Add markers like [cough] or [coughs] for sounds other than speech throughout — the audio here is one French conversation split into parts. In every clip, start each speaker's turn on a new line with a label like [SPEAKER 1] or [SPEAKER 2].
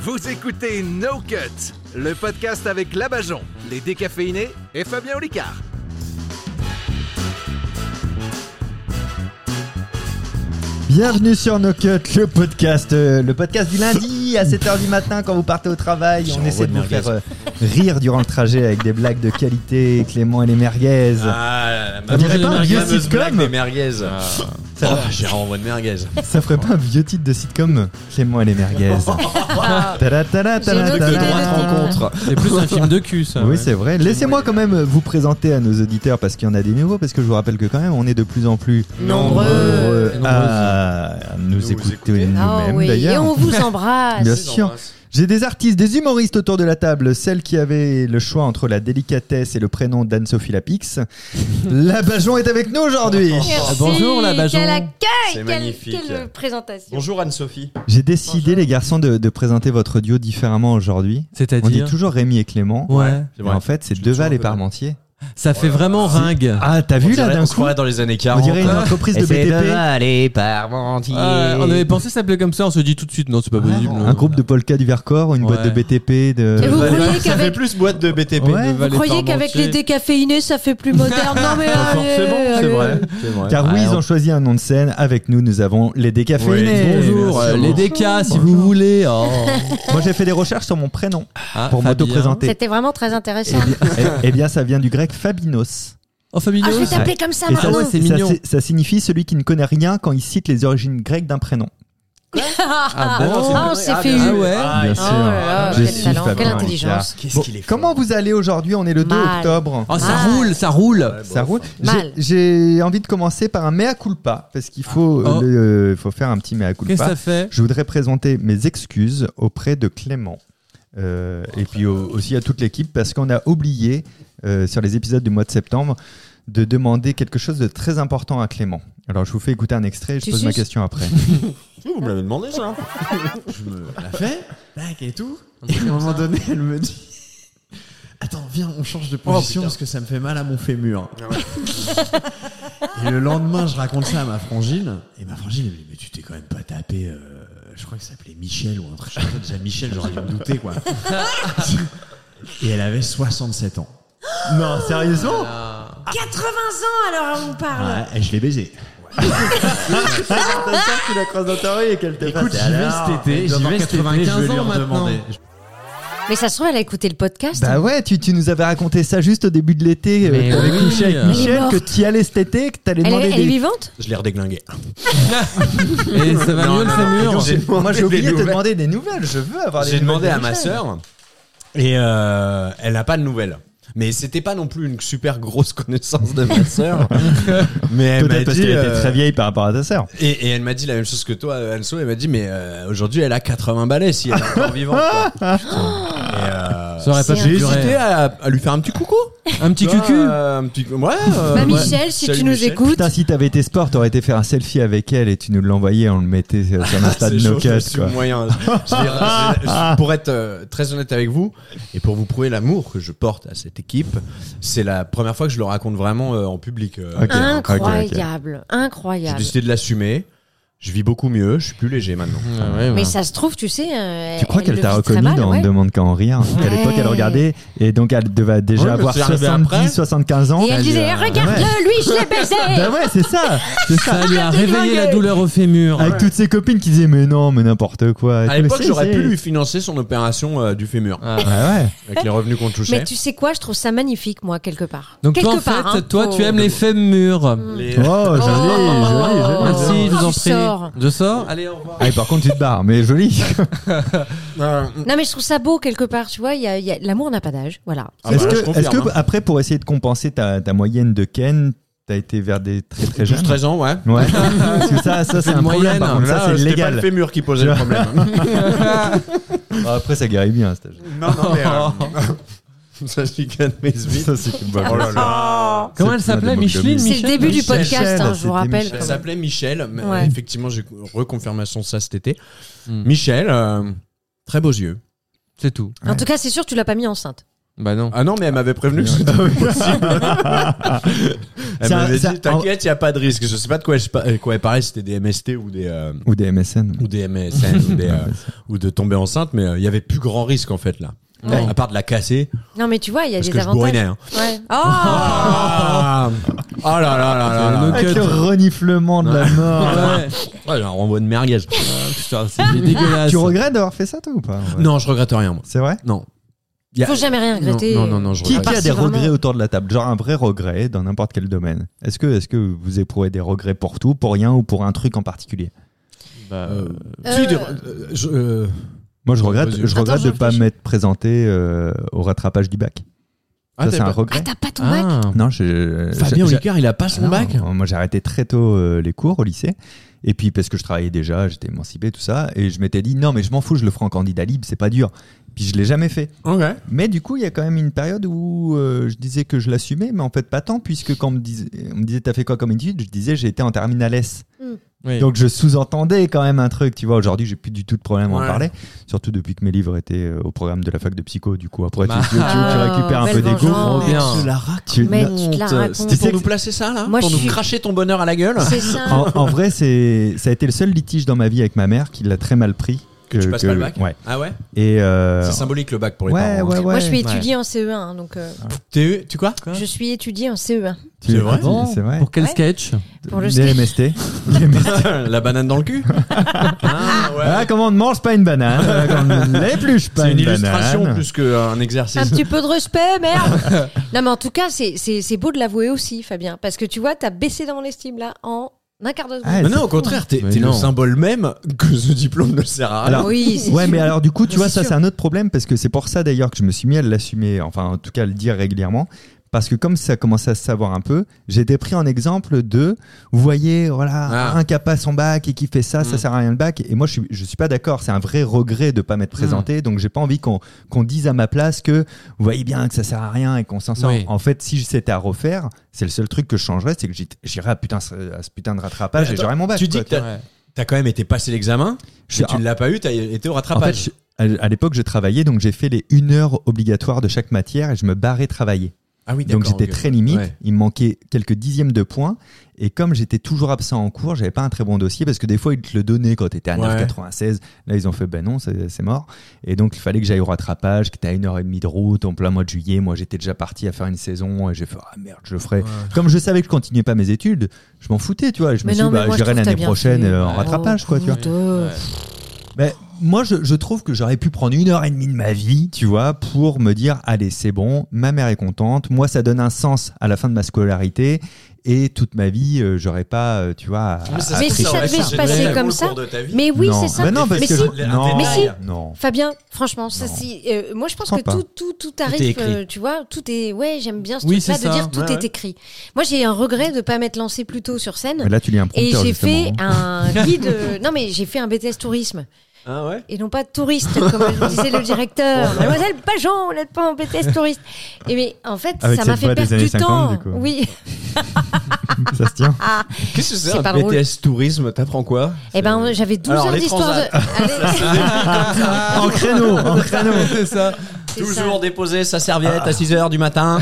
[SPEAKER 1] Vous écoutez No Cut, le podcast avec Labajon, les décaféinés et Fabien Olicard.
[SPEAKER 2] Bienvenue sur No Cut, le podcast, euh, le podcast du lundi à 7h du matin quand vous partez au travail.
[SPEAKER 3] J'en
[SPEAKER 2] On essaie
[SPEAKER 3] vois
[SPEAKER 2] de
[SPEAKER 3] de
[SPEAKER 2] vous faire
[SPEAKER 3] merguez.
[SPEAKER 2] euh, rire durant le trajet avec des blagues de qualité, Clément et les merguez.
[SPEAKER 3] Ah,
[SPEAKER 2] On dirait pas un vieux
[SPEAKER 3] fameuse
[SPEAKER 2] sitcom. Ah.
[SPEAKER 3] blague des merguez.
[SPEAKER 2] Ça va.
[SPEAKER 3] Oh, j'ai renvoyé de
[SPEAKER 4] [laughs]
[SPEAKER 3] merguez.
[SPEAKER 2] Ça ferait pas un vieux titre de sitcom Clément et les merguez. Tada, tada, tada,
[SPEAKER 4] J'ai noté.
[SPEAKER 2] tada.
[SPEAKER 4] De droite rencontre.
[SPEAKER 5] C'est plus un film de cul, ça.
[SPEAKER 2] Oui, c'est vrai. Laissez-moi quand même vous présenter à nos auditeurs parce qu'il y en a des nouveaux, parce que je vous rappelle que quand même on est de plus en plus
[SPEAKER 4] Nombreux.
[SPEAKER 2] nombreux
[SPEAKER 5] Nombreux.
[SPEAKER 2] à nous,
[SPEAKER 3] Nous
[SPEAKER 2] écouter,
[SPEAKER 3] écouter.
[SPEAKER 4] Ah
[SPEAKER 2] nous-mêmes
[SPEAKER 4] oui, et on
[SPEAKER 2] d'ailleurs.
[SPEAKER 4] vous embrasse.
[SPEAKER 2] Bien sûr. J'ai des artistes, des humoristes autour de la table, celle qui avait le choix entre la délicatesse et le prénom d'Anne-Sophie Lapix. la Bajon est avec nous aujourd'hui.
[SPEAKER 4] Merci.
[SPEAKER 5] Bonjour, la Bajon.
[SPEAKER 4] Quel accueil,
[SPEAKER 3] C'est
[SPEAKER 4] quelle,
[SPEAKER 3] magnifique.
[SPEAKER 4] quelle euh, présentation.
[SPEAKER 3] Bonjour Anne-Sophie.
[SPEAKER 2] J'ai décidé, les garçons, de, de présenter votre duo différemment aujourd'hui. On dit
[SPEAKER 5] C'est-à-dire.
[SPEAKER 2] toujours Rémi et Clément.
[SPEAKER 5] Ouais.
[SPEAKER 2] Et
[SPEAKER 3] C'est vrai.
[SPEAKER 2] en fait, c'est
[SPEAKER 3] Je me
[SPEAKER 2] Deval
[SPEAKER 3] souviens
[SPEAKER 2] et
[SPEAKER 3] pas.
[SPEAKER 2] Parmentier.
[SPEAKER 5] Ça fait vraiment ringue.
[SPEAKER 2] Ah, t'as
[SPEAKER 3] On
[SPEAKER 2] vu là
[SPEAKER 3] dirait-
[SPEAKER 2] d'un
[SPEAKER 3] on se
[SPEAKER 2] coup
[SPEAKER 3] croirait dans les années
[SPEAKER 2] On
[SPEAKER 3] 40.
[SPEAKER 2] dirait une entreprise de BTP.
[SPEAKER 3] aller par Montier.
[SPEAKER 5] Ah, on avait pensé s'appeler comme ça, on se dit tout de suite, non, c'est pas possible.
[SPEAKER 2] Un groupe de Polka du Vercors, une boîte de
[SPEAKER 5] Ouais.
[SPEAKER 2] BTP,
[SPEAKER 4] Et
[SPEAKER 2] de.
[SPEAKER 4] vous croyez
[SPEAKER 3] Ça fait
[SPEAKER 4] qu'avec-
[SPEAKER 3] plus boîte de BTP.
[SPEAKER 2] Ouais.
[SPEAKER 4] Vous croyez qu'avec les décaféinés, ça fait plus moderne Non mais
[SPEAKER 3] Pas
[SPEAKER 2] Euh,
[SPEAKER 4] allez,
[SPEAKER 3] forcément, c'est
[SPEAKER 4] allez.
[SPEAKER 3] vrai. C'est vrai.
[SPEAKER 2] Car oui,
[SPEAKER 3] Ah,
[SPEAKER 2] ils ont choisi un nom de scène. Avec nous, nous avons les décaféinés.
[SPEAKER 3] Oui,
[SPEAKER 5] Bonjour,
[SPEAKER 3] Bien
[SPEAKER 5] euh,
[SPEAKER 3] sûr.
[SPEAKER 5] les DK, si vous voulez. Oh.
[SPEAKER 2] Moi, j'ai fait des recherches sur mon prénom
[SPEAKER 5] [laughs] Ah,
[SPEAKER 2] pour
[SPEAKER 5] Fabien.
[SPEAKER 2] m'auto-présenter.
[SPEAKER 4] C'était vraiment très
[SPEAKER 2] Eh
[SPEAKER 4] intéressant.
[SPEAKER 2] bien- eh- eh bien, ça vient du grec Fabinos.
[SPEAKER 5] Oh, Fabien.
[SPEAKER 4] Ah, je vais t'appeler comme ça
[SPEAKER 2] Et ça,
[SPEAKER 4] maintenant. [laughs]
[SPEAKER 5] ouais, c'est
[SPEAKER 2] ça-
[SPEAKER 5] mignon.
[SPEAKER 2] c'est- ça signifie celui qui ne connaît rien quand il cite les origines grecques d'un prénom.
[SPEAKER 5] Ah,
[SPEAKER 4] Ah,
[SPEAKER 5] bon
[SPEAKER 4] Ah, on s'est fait
[SPEAKER 5] bien
[SPEAKER 4] eu.
[SPEAKER 5] sûr. ouais.
[SPEAKER 3] Ah,
[SPEAKER 2] Bien
[SPEAKER 4] Oh là là,
[SPEAKER 2] Je
[SPEAKER 4] quel
[SPEAKER 2] suis
[SPEAKER 4] talent,
[SPEAKER 2] Fabien
[SPEAKER 4] quelle
[SPEAKER 2] Olicard.
[SPEAKER 4] intelligence.
[SPEAKER 3] Qu'est-ce
[SPEAKER 2] Bon,
[SPEAKER 3] qu'il est fort.
[SPEAKER 2] comment vous allez aujourd'hui On est le 2
[SPEAKER 4] Mal.
[SPEAKER 2] octobre.
[SPEAKER 5] Oh, ça
[SPEAKER 4] Ah.
[SPEAKER 5] roule, ça roule.
[SPEAKER 2] Ça roule. J'ai-
[SPEAKER 4] Mal.
[SPEAKER 2] J'ai envie de commencer par un mea culpa parce qu'il faut,
[SPEAKER 5] Ah. Oh.
[SPEAKER 2] le- euh, faut faire un petit mea
[SPEAKER 5] Qu'est-ce que
[SPEAKER 2] culpa.
[SPEAKER 5] ça fait
[SPEAKER 2] Je voudrais présenter mes excuses auprès de Clément euh, et puis au- aussi à toute l'équipe parce qu'on a oublié euh, sur les épisodes du mois de septembre de demander quelque chose de très important à Clément. Alors je vous fais écouter un extrait et je
[SPEAKER 4] Tu
[SPEAKER 2] pose ma
[SPEAKER 4] suces
[SPEAKER 2] question après.
[SPEAKER 3] Vous me l'avez demandé ça. Je me la fais.
[SPEAKER 6] tac et tout. Et à un moment donné, elle me dit Attends, viens, on change de position
[SPEAKER 3] putain.
[SPEAKER 6] parce que ça me fait mal à mon fémur.
[SPEAKER 2] Ah
[SPEAKER 6] et le lendemain, je raconte ça à ma frangine. Et ma frangine, elle me dit Mais tu t'es quand même pas tapé. euh, je crois que ça s'appelait Michel ou un truc. comme ça. Déjà, Michel, j'aurais dû me douter, quoi. et elle avait 67 ans.
[SPEAKER 2] non, sérieusement
[SPEAKER 4] 80 ans alors on parle.
[SPEAKER 6] Ouais, et je l'ai baisé.
[SPEAKER 2] tu la croises dans ta rue et qu'elle te
[SPEAKER 6] Écoute, j'y vais cet été. J'y vais cet été. Je vais lui en demander.
[SPEAKER 4] Mais ça se trouve, elle a écouté le podcast.
[SPEAKER 2] Bah ouais, tu, tu nous avais raconté ça juste au début de l'été. euh,
[SPEAKER 5] Mais
[SPEAKER 2] T'avais
[SPEAKER 5] oui.
[SPEAKER 2] couché avec
[SPEAKER 5] Elle est
[SPEAKER 2] Michel,
[SPEAKER 4] morte.
[SPEAKER 2] que t'y allais cet été, que t'allais
[SPEAKER 4] elle, est,
[SPEAKER 2] demander
[SPEAKER 4] elle est
[SPEAKER 2] des...
[SPEAKER 4] vivante
[SPEAKER 3] Je l'ai redéglingué.
[SPEAKER 5] Et ça va
[SPEAKER 3] Non,
[SPEAKER 5] mieux,
[SPEAKER 3] non, non,
[SPEAKER 5] le fémur.
[SPEAKER 3] j'ai-
[SPEAKER 2] Moi j'ai
[SPEAKER 3] Des
[SPEAKER 2] oublié de te
[SPEAKER 3] nouvelles.
[SPEAKER 2] demander des nouvelles, je veux avoir des
[SPEAKER 3] J'ai
[SPEAKER 2] nouvelles
[SPEAKER 3] demandé
[SPEAKER 2] de
[SPEAKER 3] à ma
[SPEAKER 2] Michel.
[SPEAKER 3] sœur et euh, elle n'a pas de nouvelles. Mais c'était pas non plus une super grosse [laughs] connaissance de
[SPEAKER 2] [laughs]
[SPEAKER 3] ma sœur. mais elle m'a
[SPEAKER 2] Peut-être parce
[SPEAKER 3] dit.
[SPEAKER 2] qu'elle était
[SPEAKER 3] euh,
[SPEAKER 2] très vieille par rapport à ta sœur.
[SPEAKER 3] et, et elle m'a dit la même chose que toi, Anso. Elle m'a dit, mais euh, aujourd'hui, elle a 80 balais si elle est encore vivante.
[SPEAKER 2] [laughs]
[SPEAKER 3] quoi. Et, euh,
[SPEAKER 5] Ça aurait
[SPEAKER 4] C'est
[SPEAKER 5] pas
[SPEAKER 3] j'ai
[SPEAKER 5] pu
[SPEAKER 3] hésité
[SPEAKER 5] durer.
[SPEAKER 3] à, à lui faire un petit coucou.
[SPEAKER 5] Un petit
[SPEAKER 3] Tu vois,
[SPEAKER 5] cucu.
[SPEAKER 3] euh, un petit, ouais, euh,
[SPEAKER 4] Bah
[SPEAKER 3] ouais.
[SPEAKER 4] Michel, si
[SPEAKER 3] Salut,
[SPEAKER 4] tu nous
[SPEAKER 3] Michel.
[SPEAKER 4] écoutes,
[SPEAKER 2] Putain, si t'avais été sport, t'aurais été faire un selfie avec elle et tu nous l'envoyais, on le mettait
[SPEAKER 3] [laughs]
[SPEAKER 2] euh, sur
[SPEAKER 3] Ah,
[SPEAKER 2] Insta de
[SPEAKER 3] c'est
[SPEAKER 2] nos
[SPEAKER 3] chaud, je
[SPEAKER 2] cuts,
[SPEAKER 3] suis
[SPEAKER 2] quoi. [laughs]
[SPEAKER 3] moyen. Je- je- je- je- pour être euh, très honnête avec vous et pour vous prouver l'amour que je porte à cette équipe, c'est la première fois que je le raconte vraiment euh, en public. euh.
[SPEAKER 2] Ok,
[SPEAKER 4] incroyable,
[SPEAKER 3] J'ai
[SPEAKER 4] incroyable.
[SPEAKER 3] décidé de l'assumer. Je vis beaucoup mieux. Je suis plus léger maintenant.
[SPEAKER 4] Mais ça se trouve, tu sais. euh,
[SPEAKER 2] Tu crois
[SPEAKER 4] elle
[SPEAKER 2] qu'elle
[SPEAKER 4] le
[SPEAKER 2] t'a
[SPEAKER 4] vit très
[SPEAKER 2] reconnu
[SPEAKER 4] mal,
[SPEAKER 2] dans On
[SPEAKER 4] ouais.
[SPEAKER 2] ne demande qu'à en rire À l'époque, elle
[SPEAKER 4] Ouais.
[SPEAKER 2] regardait et donc elle devait
[SPEAKER 3] Ouais,
[SPEAKER 2] déjà
[SPEAKER 3] mais
[SPEAKER 2] avoir
[SPEAKER 3] c'est arrivé
[SPEAKER 2] 70,
[SPEAKER 3] après.
[SPEAKER 2] 75 ans.
[SPEAKER 4] Et elle disait Regarde-le, lui, je l'ai baisé
[SPEAKER 2] Bah ouais, c'est
[SPEAKER 3] [laughs]
[SPEAKER 2] ça, c'est ça.
[SPEAKER 5] Ça lui a
[SPEAKER 4] Arrête de
[SPEAKER 5] réveillé
[SPEAKER 4] gringuer.
[SPEAKER 5] la douleur au fémur.
[SPEAKER 2] Avec toutes ses copines qui disaient mais non, mais n'importe quoi. et
[SPEAKER 3] À
[SPEAKER 2] tout.
[SPEAKER 3] l'époque,
[SPEAKER 2] Si,
[SPEAKER 3] j'aurais
[SPEAKER 2] si.
[SPEAKER 3] pu lui financer son opération euh, du fémur
[SPEAKER 5] Ah.
[SPEAKER 2] Ouais, ouais.
[SPEAKER 3] avec les revenus qu'on touchait.
[SPEAKER 4] Mais tu sais quoi, je trouve ça magnifique, moi, quelque part.
[SPEAKER 5] Donc,
[SPEAKER 4] quelque
[SPEAKER 5] toi, en fait,
[SPEAKER 4] part, hein,
[SPEAKER 5] toi,
[SPEAKER 4] faut-
[SPEAKER 5] tu aimes les fémurs.
[SPEAKER 3] Les-
[SPEAKER 2] Oh, joli, joli, joli.
[SPEAKER 5] Merci, je vous en
[SPEAKER 4] Oh, Tu
[SPEAKER 5] prie.
[SPEAKER 4] sors.
[SPEAKER 5] Je sors Allez, au revoir.
[SPEAKER 2] Ah, et par contre, tu te barres, mais joli.
[SPEAKER 3] Euh,
[SPEAKER 4] Non, mais je trouve ça beau, quelque part, tu vois. il y a- il y a- L'amour n'a pas d'âge, voilà.
[SPEAKER 3] ah bah
[SPEAKER 2] est-ce
[SPEAKER 3] là, je
[SPEAKER 2] que,
[SPEAKER 3] confirme,
[SPEAKER 2] est-ce que,
[SPEAKER 3] hein.
[SPEAKER 2] après, pour essayer de compenser ta, ta moyenne de Ken, t'as été vers des très très jeunes
[SPEAKER 3] 12-13 ans, ouais. [laughs]
[SPEAKER 2] Ouais. Parce que ça, ça c'est un
[SPEAKER 5] Une
[SPEAKER 2] problème,
[SPEAKER 5] moyenne.
[SPEAKER 2] par contre, ça
[SPEAKER 3] hein. Là,
[SPEAKER 2] c'est
[SPEAKER 3] c'était pas le
[SPEAKER 2] illégal.
[SPEAKER 3] fémur qui posait le problème. hein.
[SPEAKER 2] [laughs] Ah, après, ça guérit bien, à cet âge.
[SPEAKER 3] non, non, mais.
[SPEAKER 5] Oh.
[SPEAKER 3] euh, Ça, je suis qu'un de mes huit.
[SPEAKER 2] Ça, c'est- bah,
[SPEAKER 3] Oh là là.
[SPEAKER 5] Comment elle
[SPEAKER 2] C'est plein de
[SPEAKER 5] s'appelait
[SPEAKER 2] mots de
[SPEAKER 5] Micheline
[SPEAKER 2] gomme.
[SPEAKER 4] C'est le
[SPEAKER 5] Michel
[SPEAKER 4] début du
[SPEAKER 2] Michel,
[SPEAKER 4] podcast, hein, je
[SPEAKER 2] c'était
[SPEAKER 4] vous rappelle.
[SPEAKER 2] Michel.
[SPEAKER 3] Elle s'appelait Michel, mais
[SPEAKER 4] Ouais.
[SPEAKER 3] effectivement, j'ai reconfirmation de ça cet été.
[SPEAKER 5] Hmm.
[SPEAKER 3] Michel, euh, très beaux yeux.
[SPEAKER 5] C'est tout.
[SPEAKER 4] En tout cas, c'est sûr, tu l'as pas mis enceinte.
[SPEAKER 5] Bah non.
[SPEAKER 3] Ah non, mais elle m'avait prévenu que
[SPEAKER 2] [laughs]
[SPEAKER 3] c'était impossible. elle
[SPEAKER 6] Ça-
[SPEAKER 3] m'avait
[SPEAKER 6] ça-
[SPEAKER 3] dit, t'inquiète, il n'y a pas de risque. Je sais pas de quoi, je pa- euh, quoi elle parlait, si c'était des MST ou des, euh,
[SPEAKER 2] Ou des MSN.
[SPEAKER 3] ou des MSN ou, des, euh,
[SPEAKER 2] [laughs]
[SPEAKER 3] ou de tomber enceinte, mais euh, il y avait plus grand risque en fait là.
[SPEAKER 5] Non.
[SPEAKER 3] À part de la casser,
[SPEAKER 4] Non, mais tu vois, il y a
[SPEAKER 3] parce
[SPEAKER 4] des
[SPEAKER 3] que je bourrinais.
[SPEAKER 4] avantages.
[SPEAKER 3] hein.
[SPEAKER 4] Ouais. Oh
[SPEAKER 3] Ah Oh là là là là là.
[SPEAKER 5] Le
[SPEAKER 2] Avec
[SPEAKER 5] cut.
[SPEAKER 2] le reniflement de la mort. là.
[SPEAKER 5] Ah Ouais.
[SPEAKER 3] Ouais, j'ai un renvoi de merguez.
[SPEAKER 5] Putain, c'est dégueulasse.
[SPEAKER 2] Tu regrettes d'avoir fait ça, toi, ou pas en vrai
[SPEAKER 3] Non, je regrette rien, moi.
[SPEAKER 2] C'est vrai
[SPEAKER 3] Non. Il y a-
[SPEAKER 4] Faut jamais rien
[SPEAKER 3] non,
[SPEAKER 4] regretter.
[SPEAKER 3] non, non, non, je
[SPEAKER 2] Qui,
[SPEAKER 4] À
[SPEAKER 3] regrette.
[SPEAKER 2] qui
[SPEAKER 4] part
[SPEAKER 2] a
[SPEAKER 4] si
[SPEAKER 2] des
[SPEAKER 4] vraiment-
[SPEAKER 2] regrets autour de la table Genre un vrai regret dans n'importe quel domaine. Est-ce que, est que vous éprouvez des regrets pour tout, pour rien ou pour un truc en particulier
[SPEAKER 5] Bah,
[SPEAKER 3] Euh,
[SPEAKER 4] Euh,
[SPEAKER 3] si, des- euh, je- euh,
[SPEAKER 2] Moi, je
[SPEAKER 3] Attends,
[SPEAKER 2] regrette,
[SPEAKER 3] vas-y.
[SPEAKER 2] je regrette
[SPEAKER 4] Attends, je
[SPEAKER 2] de ne pas
[SPEAKER 4] réfléchis.
[SPEAKER 2] m'être présenté euh, au rattrapage du bac.
[SPEAKER 3] ah,
[SPEAKER 2] ça,
[SPEAKER 3] t'as
[SPEAKER 2] c'est un
[SPEAKER 3] pas-
[SPEAKER 4] Ah,
[SPEAKER 2] regret
[SPEAKER 4] t'as pas ton bac
[SPEAKER 5] ah.
[SPEAKER 2] Non, je.
[SPEAKER 3] Fabien
[SPEAKER 2] je-
[SPEAKER 3] Olicard, il a pas son
[SPEAKER 2] Euh, Ah Non,
[SPEAKER 3] bac
[SPEAKER 2] non, Moi, j'ai arrêté très tôt euh, les cours au lycée. Et puis, parce que je travaillais déjà, j'étais émancipé, tout ça. Et je m'étais dit, non, mais je m'en fous, je le ferai en candidat libre, c'est pas dur. Puis, je l'ai jamais fait.
[SPEAKER 3] Ok.
[SPEAKER 2] Mais du coup, il y a quand même une période où euh, je disais que je l'assumais, mais en fait, pas tant, puisque quand on me disait, on me disait t'as fait quoi comme étude, je disais j'ai été en terminale S.
[SPEAKER 4] Mm.
[SPEAKER 5] Oui.
[SPEAKER 2] Donc, je sous-entendais quand même un truc, tu vois. Aujourd'hui, j'ai plus du tout de problème à
[SPEAKER 3] Ouais.
[SPEAKER 2] en parler, surtout depuis que mes livres étaient euh, au programme de la fac de psycho, du coup.
[SPEAKER 3] Bah.
[SPEAKER 2] Après, tu, tu- tu- tu
[SPEAKER 4] Ah,
[SPEAKER 2] récupères un
[SPEAKER 4] belle
[SPEAKER 2] peu d'égo.
[SPEAKER 4] vengeance.
[SPEAKER 5] Trop bien.
[SPEAKER 3] la raconte.
[SPEAKER 2] Tu-
[SPEAKER 4] Mais tu te la racontes.
[SPEAKER 3] C'était pour nous placer ça là
[SPEAKER 4] Moi,
[SPEAKER 3] Pour
[SPEAKER 4] je
[SPEAKER 3] nous
[SPEAKER 4] suis-
[SPEAKER 3] cracher ton bonheur à la gueule
[SPEAKER 4] C'est ça.
[SPEAKER 2] en, en vrai, c'est ça a été le seul litige dans ma vie avec ma mère qui l'a très mal pris.
[SPEAKER 3] Que tu passes pas le bac
[SPEAKER 2] Ouais.
[SPEAKER 3] Ah ouais
[SPEAKER 2] Et euh,
[SPEAKER 3] C'est symbolique le bac pour les
[SPEAKER 2] ouais,
[SPEAKER 3] parents. hein.
[SPEAKER 2] ouais, ouais.
[SPEAKER 4] Moi, je suis étudiée en CE1, hein, donc euh,
[SPEAKER 3] T'es eu- tu quoi
[SPEAKER 4] je suis étudiée en E CE1.
[SPEAKER 2] Tu-
[SPEAKER 3] C'est vrai
[SPEAKER 2] tu- C'est vrai.
[SPEAKER 5] Ah Pour quel
[SPEAKER 4] Ouais.
[SPEAKER 5] sketch
[SPEAKER 4] Pour le
[SPEAKER 2] Les
[SPEAKER 4] skate.
[SPEAKER 2] MST.
[SPEAKER 3] La banane dans le cul [laughs] Ah ouais.
[SPEAKER 2] Ah, comment on ne mange pas une banane euh, Comment on n'épluche pas
[SPEAKER 3] C'est une
[SPEAKER 2] une,
[SPEAKER 3] illustration
[SPEAKER 2] banane
[SPEAKER 3] plus qu'un exercice.
[SPEAKER 4] Un petit peu de respect,
[SPEAKER 2] [laughs]
[SPEAKER 4] merde Non, mais en tout cas, c'est- c'est c'est beau de l'avouer aussi, Fabien, parce que tu vois, t'as baissé dans l'estime là en un quart de
[SPEAKER 2] Ah,
[SPEAKER 4] seconde.
[SPEAKER 3] Mais
[SPEAKER 2] c'est-
[SPEAKER 3] non, au contraire, t'es
[SPEAKER 5] Mais
[SPEAKER 3] t'es le
[SPEAKER 5] non.
[SPEAKER 3] symbole même que ce diplôme ne sert à rien.
[SPEAKER 2] alors-
[SPEAKER 4] oui, c'est
[SPEAKER 2] Ouais,
[SPEAKER 4] sûr.
[SPEAKER 2] mais alors du coup, tu
[SPEAKER 4] Mais
[SPEAKER 2] vois,
[SPEAKER 4] c'est
[SPEAKER 2] ça
[SPEAKER 4] sûr.
[SPEAKER 2] c'est un autre problème parce que c'est pour ça d'ailleurs que je me suis mis à l'assumer, enfin en tout cas à le dire régulièrement. Parce que comme ça commençait à se savoir un peu, j'ai été pris en exemple de, vous voyez, voilà,
[SPEAKER 3] Ah. Mm.
[SPEAKER 2] un qui a pas son bac et qui fait ça, ça sert à rien le bac. Et moi, je suis, je suis pas d'accord. C'est un vrai regret de pas m'être
[SPEAKER 3] Mm.
[SPEAKER 2] présenté. Donc, j'ai pas envie qu'on qu'on dise à ma place que, vous voyez bien que ça sert à rien et qu'on s'en sort.
[SPEAKER 5] Oui.
[SPEAKER 2] En fait, si c'était à refaire, c'est le seul truc que je changerais, c'est que j'y- j'irais à, putain, ce- à ce putain de rattrapage
[SPEAKER 3] Mais
[SPEAKER 2] et
[SPEAKER 3] attends,
[SPEAKER 2] j'aurais mon bac.
[SPEAKER 3] tu dis
[SPEAKER 2] quoi,
[SPEAKER 3] que t'as- T'as quand même été passé l'examen,
[SPEAKER 2] Je
[SPEAKER 3] mais
[SPEAKER 2] suis-
[SPEAKER 3] tu l'as pas eu, t'as été au
[SPEAKER 2] en fait,
[SPEAKER 3] rattrapage.
[SPEAKER 2] je- à à l'époque, je travaillais, donc j'ai fait les une heure obligatoire de chaque matière et je me barrais travailler.
[SPEAKER 3] ah oui,
[SPEAKER 2] Donc
[SPEAKER 3] d'accord,
[SPEAKER 2] j'étais
[SPEAKER 3] ok.
[SPEAKER 2] très limite.
[SPEAKER 3] Ouais.
[SPEAKER 2] Il me manquait quelques dixièmes de points. Et comme j'étais toujours absent en cours, j'avais pas un très bon dossier parce que des fois, ils te le donnaient quand t'étais à
[SPEAKER 3] Ouais.
[SPEAKER 2] 9,96. Là, ils ont fait, ben non, c'est c'est mort. Et donc, il fallait que j'aille au rattrapage, que t'as une heure et demie de route en plein mois de juillet. Moi, j'étais déjà parti à faire une saison et j'ai fait, ah merde, je le ferai. Comme je savais que je continuais pas mes études, je m'en foutais, tu vois. Je me
[SPEAKER 4] Mais
[SPEAKER 2] suis
[SPEAKER 4] non,
[SPEAKER 2] dit,
[SPEAKER 4] mais
[SPEAKER 2] bah,
[SPEAKER 4] moi, je
[SPEAKER 2] j'irai
[SPEAKER 4] trouve que
[SPEAKER 2] l'année
[SPEAKER 4] t'as bien
[SPEAKER 2] prochaine
[SPEAKER 4] fait.
[SPEAKER 2] euh, en
[SPEAKER 4] Ouais.
[SPEAKER 2] rattrapage, quoi, tu vois.
[SPEAKER 4] Oh, putain.
[SPEAKER 2] Ben, moi, je, je trouve que j'aurais pu prendre une heure et demie de ma vie, tu vois, pour me dire, allez, c'est bon, ma mère est contente, moi, ça donne un sens à la fin de ma scolarité, et toute ma vie, euh, j'aurais pas, euh, tu vois... à- à
[SPEAKER 4] Mais si
[SPEAKER 2] tricher.
[SPEAKER 4] ça devait se passer comme ça, Mais oui,
[SPEAKER 2] Non.
[SPEAKER 4] c'est ça.
[SPEAKER 2] Ben non, parce
[SPEAKER 4] mais
[SPEAKER 2] que
[SPEAKER 4] si,
[SPEAKER 2] je- non,
[SPEAKER 4] Mais si.
[SPEAKER 2] non.
[SPEAKER 4] Fabien, franchement, ça,
[SPEAKER 2] Non.
[SPEAKER 4] si, euh, moi je pense
[SPEAKER 2] Prends
[SPEAKER 4] que
[SPEAKER 2] pas.
[SPEAKER 4] tout, tout, tout
[SPEAKER 3] est
[SPEAKER 4] arrive,
[SPEAKER 3] écrit.
[SPEAKER 4] euh, tu vois, tout est, ouais, j'aime bien ce
[SPEAKER 5] Oui,
[SPEAKER 4] truc-là de
[SPEAKER 5] c'est ça.
[SPEAKER 4] dire tout
[SPEAKER 3] Ouais,
[SPEAKER 4] est
[SPEAKER 3] ouais.
[SPEAKER 4] écrit. Moi j'ai un regret de pas m'être lancé plus tôt sur
[SPEAKER 2] Mais
[SPEAKER 4] scène.
[SPEAKER 2] là, tu lis un
[SPEAKER 4] Et
[SPEAKER 2] prompteur,
[SPEAKER 4] j'ai fait
[SPEAKER 2] justement, hein.
[SPEAKER 4] un
[SPEAKER 2] [laughs]
[SPEAKER 4] guide, euh, non mais j'ai fait un BTS tourisme
[SPEAKER 3] Ah ouais
[SPEAKER 4] et non pas touriste comme le disait le directeur.
[SPEAKER 2] Oh
[SPEAKER 4] Mademoiselle Pajon, vous n'êtes pas en BTS touriste. Et mais en fait,
[SPEAKER 2] Avec
[SPEAKER 4] ça
[SPEAKER 2] cette
[SPEAKER 4] m'a fait
[SPEAKER 2] voix des
[SPEAKER 4] perdre
[SPEAKER 2] années
[SPEAKER 4] du
[SPEAKER 2] 50,
[SPEAKER 4] temps.
[SPEAKER 2] du coup.
[SPEAKER 4] Oui.
[SPEAKER 2] Ça se tient.
[SPEAKER 3] Qu'est-ce que c'est
[SPEAKER 4] C'est
[SPEAKER 3] un
[SPEAKER 4] pas
[SPEAKER 3] BTS
[SPEAKER 4] drôle.
[SPEAKER 3] tourisme T'apprends quoi
[SPEAKER 4] Eh ben j'avais 12
[SPEAKER 3] Alors,
[SPEAKER 4] heures
[SPEAKER 3] les
[SPEAKER 4] d'histoire de. Allez, [laughs]
[SPEAKER 2] en [laughs] créneau, en créneau.
[SPEAKER 3] [laughs]
[SPEAKER 5] C'est ça.
[SPEAKER 4] Ah c'est ça.
[SPEAKER 3] Toujours déposer sa serviette à 6h du matin.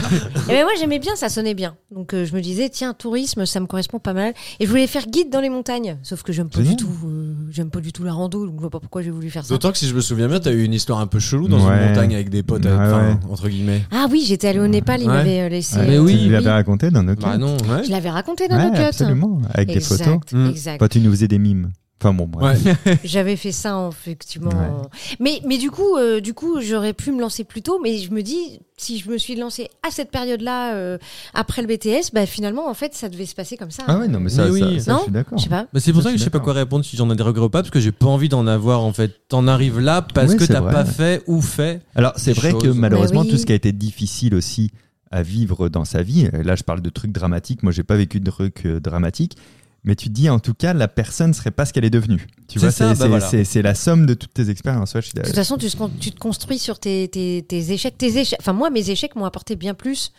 [SPEAKER 4] Et ben moi j'aimais bien, ça sonnait bien. Donc euh, je me disais tiens tourisme, ça me correspond pas mal. Et je voulais faire guide dans les montagnes, sauf que j'aime pas
[SPEAKER 2] Génial.
[SPEAKER 4] du tout, euh, j'aime pas du tout la rando, donc je vois pas pourquoi j'ai voulu faire ça.
[SPEAKER 3] D'autant que si je me souviens bien, t'as eu une histoire un peu chelou dans une
[SPEAKER 2] Ouais.
[SPEAKER 3] montagne avec des potes,
[SPEAKER 2] Ouais,
[SPEAKER 3] enfin,
[SPEAKER 2] ouais.
[SPEAKER 3] entre guillemets.
[SPEAKER 4] Ah oui, j'étais allée au Népal, ils
[SPEAKER 3] Ouais.
[SPEAKER 4] m'avaient euh, laissé.
[SPEAKER 2] Ouais, Ah,
[SPEAKER 5] Mais
[SPEAKER 4] euh,
[SPEAKER 5] oui,
[SPEAKER 2] tu
[SPEAKER 5] oui.
[SPEAKER 2] l'avais raconté dans nos
[SPEAKER 5] Bah non.
[SPEAKER 4] Je l'avais raconté dans
[SPEAKER 2] Ouais,
[SPEAKER 4] notre cut.
[SPEAKER 2] absolument, avec des
[SPEAKER 4] exact,
[SPEAKER 2] photos.
[SPEAKER 3] Mm.
[SPEAKER 4] Exact.
[SPEAKER 2] Enfin, tu nous faisais des mimes. Enfin bon, bref.
[SPEAKER 3] Ouais.
[SPEAKER 4] J'avais fait ça en- effectivement.
[SPEAKER 2] Ouais.
[SPEAKER 4] Mais mais du coup euh, du coup j'aurais pu me lancer plus tôt, mais je me dis si je me suis lancée à cette période-là euh, après le BTS, bah finalement en fait ça devait se passer comme ça.
[SPEAKER 2] Ah ouais, non, mais ça,
[SPEAKER 5] Mais
[SPEAKER 2] ça-
[SPEAKER 5] oui.
[SPEAKER 2] ça, je
[SPEAKER 4] Non,
[SPEAKER 2] suis d'accord.
[SPEAKER 4] Je sais pas.
[SPEAKER 5] Bah, c'est pour
[SPEAKER 2] Ça,
[SPEAKER 5] ça
[SPEAKER 2] je
[SPEAKER 5] que je
[SPEAKER 2] suis
[SPEAKER 5] sais pas
[SPEAKER 2] d'accord.
[SPEAKER 5] quoi répondre si j'en ai des regrets ou pas, parce que j'ai pas envie d'en avoir en fait. T'en arrives là parce
[SPEAKER 2] Oui,
[SPEAKER 5] que
[SPEAKER 2] c'est
[SPEAKER 5] t'as
[SPEAKER 2] vrai,
[SPEAKER 5] pas
[SPEAKER 2] ouais.
[SPEAKER 5] fait ou fait.
[SPEAKER 2] Alors, c'est
[SPEAKER 5] des
[SPEAKER 2] vrai que
[SPEAKER 5] choses.
[SPEAKER 2] malheureusement,
[SPEAKER 4] Mais oui.
[SPEAKER 2] tout ce qui a été difficile aussi à vivre dans sa vie, et là je parle de trucs dramatiques, moi j'ai pas vécu de trucs euh, dramatiques, mais tu te dis en tout cas, la personne serait pas ce qu'elle est devenue. Tu
[SPEAKER 5] C'est
[SPEAKER 2] vois,
[SPEAKER 5] ça,
[SPEAKER 2] c'est
[SPEAKER 5] bah
[SPEAKER 2] c'est-
[SPEAKER 5] voilà.
[SPEAKER 2] c'est- c'est la somme de toutes tes expériences. Ouais, je suis
[SPEAKER 4] De toute
[SPEAKER 2] d'accord.
[SPEAKER 4] façon, tu, se con- tu te construis sur tes, tes- tes échecs. Tes échecs. Enfin, moi, mes échecs m'ont apporté bien plus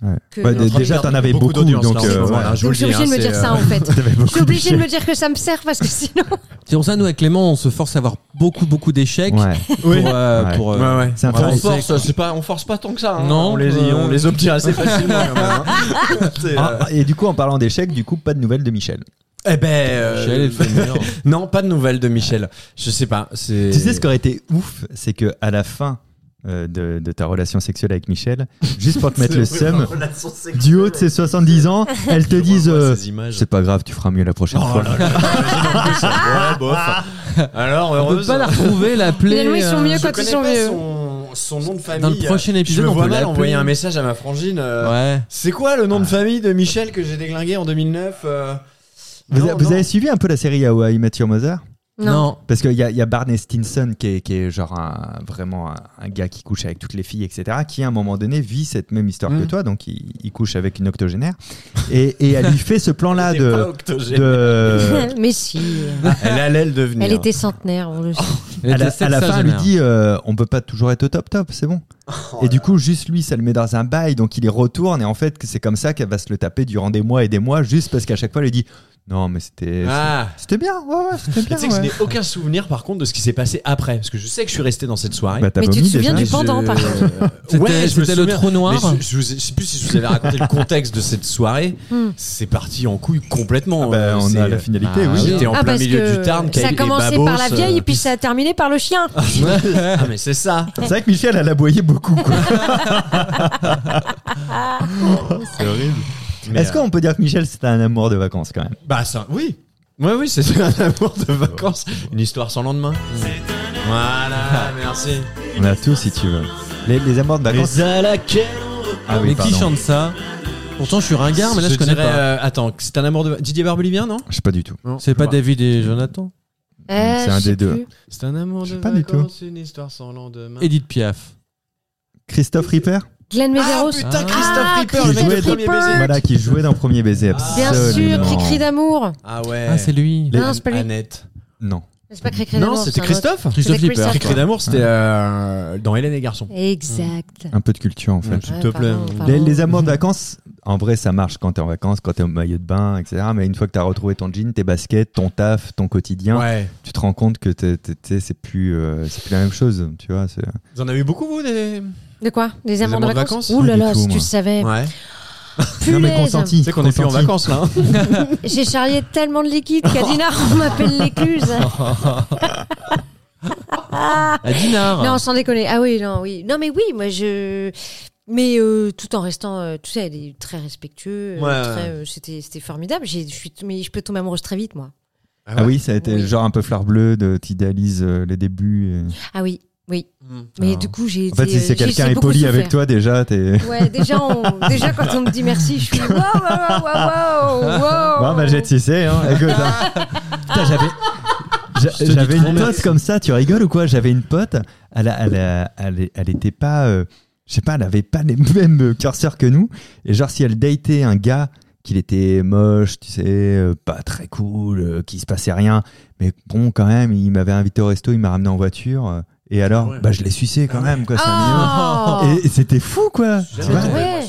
[SPEAKER 2] Ouais.
[SPEAKER 4] que.
[SPEAKER 2] Bah,
[SPEAKER 4] Donc,
[SPEAKER 2] déjà, t'en avais beaucoup,
[SPEAKER 3] d'audience,
[SPEAKER 2] donc,
[SPEAKER 3] là, en ce
[SPEAKER 2] euh,
[SPEAKER 3] moment,
[SPEAKER 2] voilà.
[SPEAKER 3] hein, je vous
[SPEAKER 4] je suis
[SPEAKER 3] le dis,
[SPEAKER 4] obligée de me
[SPEAKER 3] hein,
[SPEAKER 4] dire
[SPEAKER 3] c'est,
[SPEAKER 4] ça,
[SPEAKER 3] euh,
[SPEAKER 4] en fait.
[SPEAKER 2] T'avais
[SPEAKER 4] Je suis
[SPEAKER 2] beaucoup
[SPEAKER 4] obligée de
[SPEAKER 2] bûché.
[SPEAKER 4] me dire que ça me sert parce que sinon.
[SPEAKER 5] C'est pour ça, nous, avec Clément, on se force à avoir beaucoup, beaucoup d'échecs.
[SPEAKER 2] Ouais.
[SPEAKER 4] [laughs]
[SPEAKER 5] Pour, euh,
[SPEAKER 2] Ouais.
[SPEAKER 5] pour, euh,
[SPEAKER 3] Ouais, ouais.
[SPEAKER 2] C'est un
[SPEAKER 3] On
[SPEAKER 2] travail
[SPEAKER 3] force, c'est pas, on force pas tant que ça. hein.
[SPEAKER 5] Non,
[SPEAKER 3] on les,
[SPEAKER 5] euh,
[SPEAKER 3] on les obtient [laughs] assez facilement. quand même, hein. [laughs] C'est, euh,
[SPEAKER 2] Ah, et du coup, en parlant d'échecs, du coup, pas de nouvelles de Michel.
[SPEAKER 3] Eh ben, euh,
[SPEAKER 5] Michel est le fainéant.
[SPEAKER 3] [laughs] non, pas de nouvelles de Michel. Je sais pas. C'est.
[SPEAKER 2] Tu sais, ce qui aurait été ouf, c'est que à la fin euh, de, de ta relation sexuelle avec Michel, juste
[SPEAKER 5] [laughs]
[SPEAKER 2] pour te mettre le seum, du haut de ses 70
[SPEAKER 4] [laughs]
[SPEAKER 2] ans, elles te disent euh, C'est pas grave, tu feras mieux la
[SPEAKER 5] Oh
[SPEAKER 2] prochaine fois.
[SPEAKER 3] [laughs] Ouais, bof. Alors,
[SPEAKER 5] On peut
[SPEAKER 3] heureuse.
[SPEAKER 5] pas la retrouver, l'appeler.
[SPEAKER 4] Finalement, ils sont
[SPEAKER 5] euh,
[SPEAKER 4] mieux
[SPEAKER 3] Je
[SPEAKER 4] quand ils
[SPEAKER 3] connais
[SPEAKER 4] sont
[SPEAKER 3] pas
[SPEAKER 4] vieux.
[SPEAKER 3] son, son nom de famille.
[SPEAKER 5] Dans le prochain
[SPEAKER 3] je
[SPEAKER 5] épisode,
[SPEAKER 3] me
[SPEAKER 5] on
[SPEAKER 3] vois
[SPEAKER 5] peut
[SPEAKER 3] mal
[SPEAKER 5] l'appeler.
[SPEAKER 3] envoyer un message à ma frangine. euh,
[SPEAKER 5] Ouais.
[SPEAKER 3] C'est quoi le nom de famille de Michel que j'ai déglingué en 2009 euh,
[SPEAKER 2] Vous,
[SPEAKER 3] non,
[SPEAKER 2] a- vous
[SPEAKER 3] non.
[SPEAKER 2] avez suivi un peu la série How I Met Your Mother
[SPEAKER 4] [laughs] Non.
[SPEAKER 2] Parce qu'il y a, il y a Barney Stinson qui est, qui est genre un- vraiment un, un gars qui couche avec toutes les filles, etc., qui à un moment donné vit cette même histoire
[SPEAKER 3] Mm.
[SPEAKER 2] que toi, donc il, il couche avec une octogénaire, et, et elle lui fait ce plan-là
[SPEAKER 3] [laughs] T'es pas
[SPEAKER 2] de...
[SPEAKER 3] octogène.
[SPEAKER 2] de-
[SPEAKER 4] Mais si.
[SPEAKER 3] [laughs]
[SPEAKER 4] euh,
[SPEAKER 3] Elle allait le devenir.
[SPEAKER 4] Elle était centenaire, on le sait.
[SPEAKER 2] à la, à la fin, elle lui dit
[SPEAKER 3] hein.
[SPEAKER 2] euh, on peut pas toujours être au top top, c'est bon.
[SPEAKER 3] Oh
[SPEAKER 2] et du coup, juste lui, ça le met dans un bail, donc il y retourne, et en fait, c'est comme ça qu'elle va se le taper durant des mois et des mois, juste parce qu'à chaque fois, elle lui dit non, mais c'était
[SPEAKER 3] Ah.
[SPEAKER 2] c'était bien, ouais, ouais, c'était bien.
[SPEAKER 3] Tu sais que je
[SPEAKER 2] ouais.
[SPEAKER 3] n'ai aucun souvenir par contre de ce qui s'est passé après, parce que je sais que je suis resté dans cette soirée.
[SPEAKER 2] Bah, t'as
[SPEAKER 4] Mais tu te
[SPEAKER 2] vomi
[SPEAKER 4] souviens
[SPEAKER 2] déjà
[SPEAKER 4] du
[SPEAKER 3] Et je-
[SPEAKER 4] pendant, par contre.
[SPEAKER 3] Euh,
[SPEAKER 5] C'était-
[SPEAKER 3] je me
[SPEAKER 5] c'était le
[SPEAKER 3] souviens.
[SPEAKER 5] trou noir.
[SPEAKER 3] Mais Je, je vous ai- je sais plus si je vous avais raconté le contexte de cette soirée.
[SPEAKER 4] Hmm.
[SPEAKER 3] C'est parti en couille complètement.
[SPEAKER 2] Ah bah,
[SPEAKER 3] Euh,
[SPEAKER 2] on
[SPEAKER 3] c'est-
[SPEAKER 2] a la finalité,
[SPEAKER 5] Ah,
[SPEAKER 2] bah, oui.
[SPEAKER 5] oui.
[SPEAKER 3] J'étais en plein milieu du Tarn.
[SPEAKER 4] ça a
[SPEAKER 3] Kate et
[SPEAKER 4] commencé
[SPEAKER 3] Babos,
[SPEAKER 4] par la vieille
[SPEAKER 3] euh,
[SPEAKER 4] et puis ça a terminé par le chien. Euh,
[SPEAKER 3] Ah mais c'est ça.
[SPEAKER 2] C'est vrai que Michel, elle aboyait beaucoup. [laughs] quoi. c'est horrible. Est-ce qu'on peut dire que Michel, c'était un amour de vacances quand même
[SPEAKER 3] euh, Bah ça, oui. Oui, oui, c'est un amour de vacances. Une histoire sans lendemain. Voilà, merci.
[SPEAKER 2] On a tout si tu veux. Les, les amours de vacances.
[SPEAKER 3] à laquelle
[SPEAKER 2] Ah oui,
[SPEAKER 5] Mais qui
[SPEAKER 2] pardon.
[SPEAKER 5] chante ça Pourtant, je suis ringard, mais là, je connais
[SPEAKER 3] dirais,
[SPEAKER 5] pas.
[SPEAKER 3] euh, attends, c'est un amour de Didier Barbelivien, non Bah.
[SPEAKER 2] Je sais pas du tout.
[SPEAKER 5] C'est pas David et Jonathan
[SPEAKER 2] C'est
[SPEAKER 4] je
[SPEAKER 2] un
[SPEAKER 4] sais
[SPEAKER 2] des deux.
[SPEAKER 4] plus.
[SPEAKER 3] C'est un amour
[SPEAKER 2] Je
[SPEAKER 3] de
[SPEAKER 2] sais pas du
[SPEAKER 3] vacances, une histoire sans lendemain.
[SPEAKER 2] euh,
[SPEAKER 5] Edith Piaf.
[SPEAKER 2] Christophe Ripper
[SPEAKER 4] Glenn
[SPEAKER 3] Ah
[SPEAKER 4] Medeiros.
[SPEAKER 3] putain,
[SPEAKER 5] Ah,
[SPEAKER 3] Christophe Ripper, le
[SPEAKER 2] Christophe
[SPEAKER 3] mec de
[SPEAKER 2] Ripper.
[SPEAKER 3] premier baiser.
[SPEAKER 2] Voilà, qui jouait dans Premier Baiser.
[SPEAKER 3] Bien
[SPEAKER 4] Bien sûr,
[SPEAKER 2] absolument.
[SPEAKER 4] Cricri d'amour.
[SPEAKER 3] Ah ouais.
[SPEAKER 5] Ah, c'est lui.
[SPEAKER 2] Les-
[SPEAKER 4] Non, c'est pas lui.
[SPEAKER 3] Annette.
[SPEAKER 2] Non.
[SPEAKER 4] C'est pas Cricri d'amour.
[SPEAKER 3] Non, c'était
[SPEAKER 4] c'est un autre.
[SPEAKER 3] Christophe.
[SPEAKER 5] Christophe
[SPEAKER 4] C'était
[SPEAKER 5] Lipper.
[SPEAKER 4] Christophe.
[SPEAKER 3] Cricré d'amour, c'était euh, dans Hélène et Garçon.
[SPEAKER 4] Exact.
[SPEAKER 2] Un peu de culture en fait.
[SPEAKER 3] S'il
[SPEAKER 4] Ouais,
[SPEAKER 3] te plaît.
[SPEAKER 4] pardon, pardon.
[SPEAKER 2] Les, les amours de vacances, en vrai, ça marche quand t'es en vacances, quand t'es au maillot de bain, etc. Mais une fois que t'as retrouvé ton jean, tes baskets, ton taf, ton quotidien,
[SPEAKER 3] Ouais.
[SPEAKER 2] tu te rends compte que t'es- t'es- t'es- c'est plus, euh, c'est plus la même chose. Tu vois, c'est-
[SPEAKER 3] Vous en avez beaucoup, vous des...
[SPEAKER 4] De quoi Des amants de
[SPEAKER 3] amants de
[SPEAKER 4] vacances
[SPEAKER 3] vacances
[SPEAKER 4] Ouh là
[SPEAKER 2] Pas du
[SPEAKER 4] là,
[SPEAKER 2] tout,
[SPEAKER 4] si tu
[SPEAKER 2] moi.
[SPEAKER 4] le savais.
[SPEAKER 3] Ouais.
[SPEAKER 2] Non, mais
[SPEAKER 4] Punaise.
[SPEAKER 2] consenti.
[SPEAKER 3] Tu sais qu'on est plus en
[SPEAKER 2] consenti.
[SPEAKER 3] vacances, là. hein.
[SPEAKER 4] J'ai charrié tellement de liquide
[SPEAKER 3] [laughs]
[SPEAKER 4] qu'à Dinard, on m'appelle l'écluse.
[SPEAKER 5] À Dinard.
[SPEAKER 4] Non, sans déconner. Ah oui, non, oui. Non, mais oui, moi, je. Mais euh, tout en restant, euh, tu sais, elle est très respectueux. euh,
[SPEAKER 3] Ouais, ouais.
[SPEAKER 4] très, euh, c'était, c'était formidable. J'ai, je suis, t- mais je peux tomber amoureuse très vite, moi.
[SPEAKER 2] Ah oui, ça a été
[SPEAKER 4] Oui.
[SPEAKER 2] genre un peu fleur bleue, de- t'idéalises euh, les débuts. et-
[SPEAKER 4] Ah oui, oui.
[SPEAKER 3] Mm.
[SPEAKER 4] Mais
[SPEAKER 2] Ah.
[SPEAKER 4] du coup, j'ai.
[SPEAKER 2] En fait,
[SPEAKER 4] été,
[SPEAKER 2] si c'est
[SPEAKER 4] euh, j'ai-
[SPEAKER 2] quelqu'un
[SPEAKER 4] j'ai
[SPEAKER 2] est
[SPEAKER 4] beaucoup
[SPEAKER 2] poli avec
[SPEAKER 4] souffert.
[SPEAKER 2] toi, déjà, t'es.
[SPEAKER 4] Ouais, déjà, on- déjà quand on me dit merci, je suis waouh, waouh, waouh, waouh, waouh.
[SPEAKER 2] Bon, bah, j'ai tissé, hein. Écoute, hein. Putain, j'avais. j'a-
[SPEAKER 5] te dis
[SPEAKER 2] J'avais
[SPEAKER 5] trop
[SPEAKER 2] une pote
[SPEAKER 5] merci.
[SPEAKER 2] comme ça, tu rigoles ou quoi J'avais une pote, elle, a- elle, a- elle, est- elle était pas. euh, je sais pas, elle avait pas les [laughs] mêmes euh, curseurs que nous. Et genre, si elle datait un gars qu'il était moche, tu sais, euh, pas très cool, euh, qu'il se passait rien, mais bon, quand même, il m'avait invité au resto, il m'a ramené en voiture. euh, et alors,
[SPEAKER 6] ouais.
[SPEAKER 2] bah, je l'ai sucé quand même, quoi, c'est un mignon.
[SPEAKER 4] Oh.
[SPEAKER 2] Et c'était fou, quoi. Tu vois
[SPEAKER 4] tombé. Ah Ouais.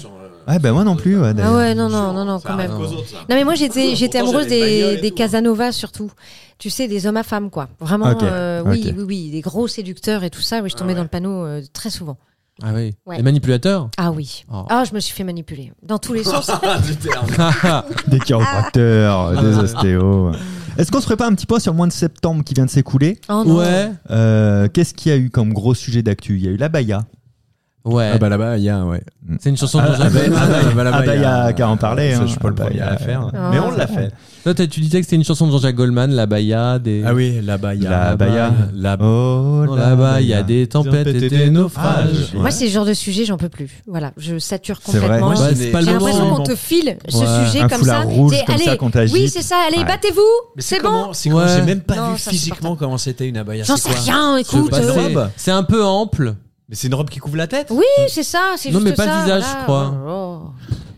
[SPEAKER 2] Ouais, bah moi non plus. Ouais,
[SPEAKER 4] Ah
[SPEAKER 2] d'ailleurs.
[SPEAKER 4] ouais, non, non, non, non, quand même. Non, mais moi, j'étais, j'étais
[SPEAKER 3] Pourtant,
[SPEAKER 4] amoureuse
[SPEAKER 3] j'avais une bagnole
[SPEAKER 4] des,
[SPEAKER 3] et
[SPEAKER 4] des
[SPEAKER 3] tout. hein.
[SPEAKER 4] Casanova surtout. Tu sais, des hommes à femmes, quoi. Vraiment,
[SPEAKER 2] Ok,
[SPEAKER 4] euh, oui,
[SPEAKER 2] ok.
[SPEAKER 4] oui, oui, des gros séducteurs et tout ça. Oui,
[SPEAKER 3] Ah
[SPEAKER 4] je tombais dans le panneau euh, très souvent.
[SPEAKER 5] Ah oui.
[SPEAKER 4] Ouais.
[SPEAKER 5] Les manipulateurs
[SPEAKER 4] Ah oui.
[SPEAKER 5] Oh.
[SPEAKER 4] Ah, je me suis fait manipuler. Dans
[SPEAKER 3] [laughs]
[SPEAKER 4] tous les sens.
[SPEAKER 2] Des
[SPEAKER 4] Ah.
[SPEAKER 2] chiropracteurs, des ostéos. Est-ce qu'on se ferait pas un petit point sur le mois de septembre qui vient de s'écouler
[SPEAKER 4] Oh non.
[SPEAKER 5] Ouais.
[SPEAKER 2] Euh, Qu'est-ce qu'il y a eu comme gros sujet d'actu Il y a eu la Baïa.
[SPEAKER 5] Ouais.
[SPEAKER 3] Ah bah là-bas, il y a, ouais. bah,
[SPEAKER 5] C'est une chanson dont j'avais.
[SPEAKER 2] Ah bah, il y a qu'à en parler,
[SPEAKER 3] Ça,
[SPEAKER 2] hein.
[SPEAKER 3] Je suis pas le
[SPEAKER 2] Ah bah,
[SPEAKER 3] premier
[SPEAKER 2] il y a-
[SPEAKER 3] à faire.
[SPEAKER 4] Ah.
[SPEAKER 3] Mais on l'a fait.
[SPEAKER 5] Toi, t'as- tu disais que c'était une chanson de Jean-Jacques Goldman, La Baïa, des.
[SPEAKER 3] Ah oui, là-bas, il y a.
[SPEAKER 2] La Baïa.
[SPEAKER 3] La
[SPEAKER 2] Oh
[SPEAKER 5] Non, Là-bas, il y a des tempêtes
[SPEAKER 3] Tempêtes
[SPEAKER 5] et
[SPEAKER 3] et
[SPEAKER 5] des
[SPEAKER 3] des
[SPEAKER 5] naufrages.
[SPEAKER 2] Ah,
[SPEAKER 4] Moi, c'est le genre de sujet, j'en peux plus. Voilà, je sature
[SPEAKER 2] C'est vrai.
[SPEAKER 4] complètement.
[SPEAKER 2] Moi,
[SPEAKER 5] Bah,
[SPEAKER 3] je
[SPEAKER 5] c'est
[SPEAKER 3] n'ai-
[SPEAKER 5] pas le
[SPEAKER 4] J'ai
[SPEAKER 5] moment.
[SPEAKER 4] l'impression qu'on
[SPEAKER 2] moment.
[SPEAKER 4] te file ce
[SPEAKER 5] Ouais.
[SPEAKER 4] sujet
[SPEAKER 2] Un
[SPEAKER 4] comme
[SPEAKER 2] foulard
[SPEAKER 4] ça.
[SPEAKER 2] rouge
[SPEAKER 4] C'est,
[SPEAKER 2] comme ça
[SPEAKER 4] allez,
[SPEAKER 2] qu'on t'agite.
[SPEAKER 4] Oui, c'est ça. Allez,
[SPEAKER 2] Ouais.
[SPEAKER 4] battez-vous. C'est bon.
[SPEAKER 3] C'est comment
[SPEAKER 5] Ouais.
[SPEAKER 3] J'ai même pas
[SPEAKER 4] Non,
[SPEAKER 3] vu
[SPEAKER 4] ça, c'est
[SPEAKER 3] physiquement comment c'était une abaya.
[SPEAKER 4] J'en
[SPEAKER 3] c'est
[SPEAKER 4] sais
[SPEAKER 3] quoi
[SPEAKER 4] rien. Écoute.
[SPEAKER 5] Bah,
[SPEAKER 3] Une
[SPEAKER 4] euh,
[SPEAKER 5] c'est-
[SPEAKER 3] robe
[SPEAKER 5] C'est un peu ample.
[SPEAKER 3] Mais c'est une robe qui couvre la tête
[SPEAKER 4] Oh. Oui, c'est ça. C'est
[SPEAKER 5] Non,
[SPEAKER 4] juste
[SPEAKER 5] mais pas le
[SPEAKER 4] ça,
[SPEAKER 5] visage,
[SPEAKER 4] voilà.
[SPEAKER 5] je crois.
[SPEAKER 4] Oh.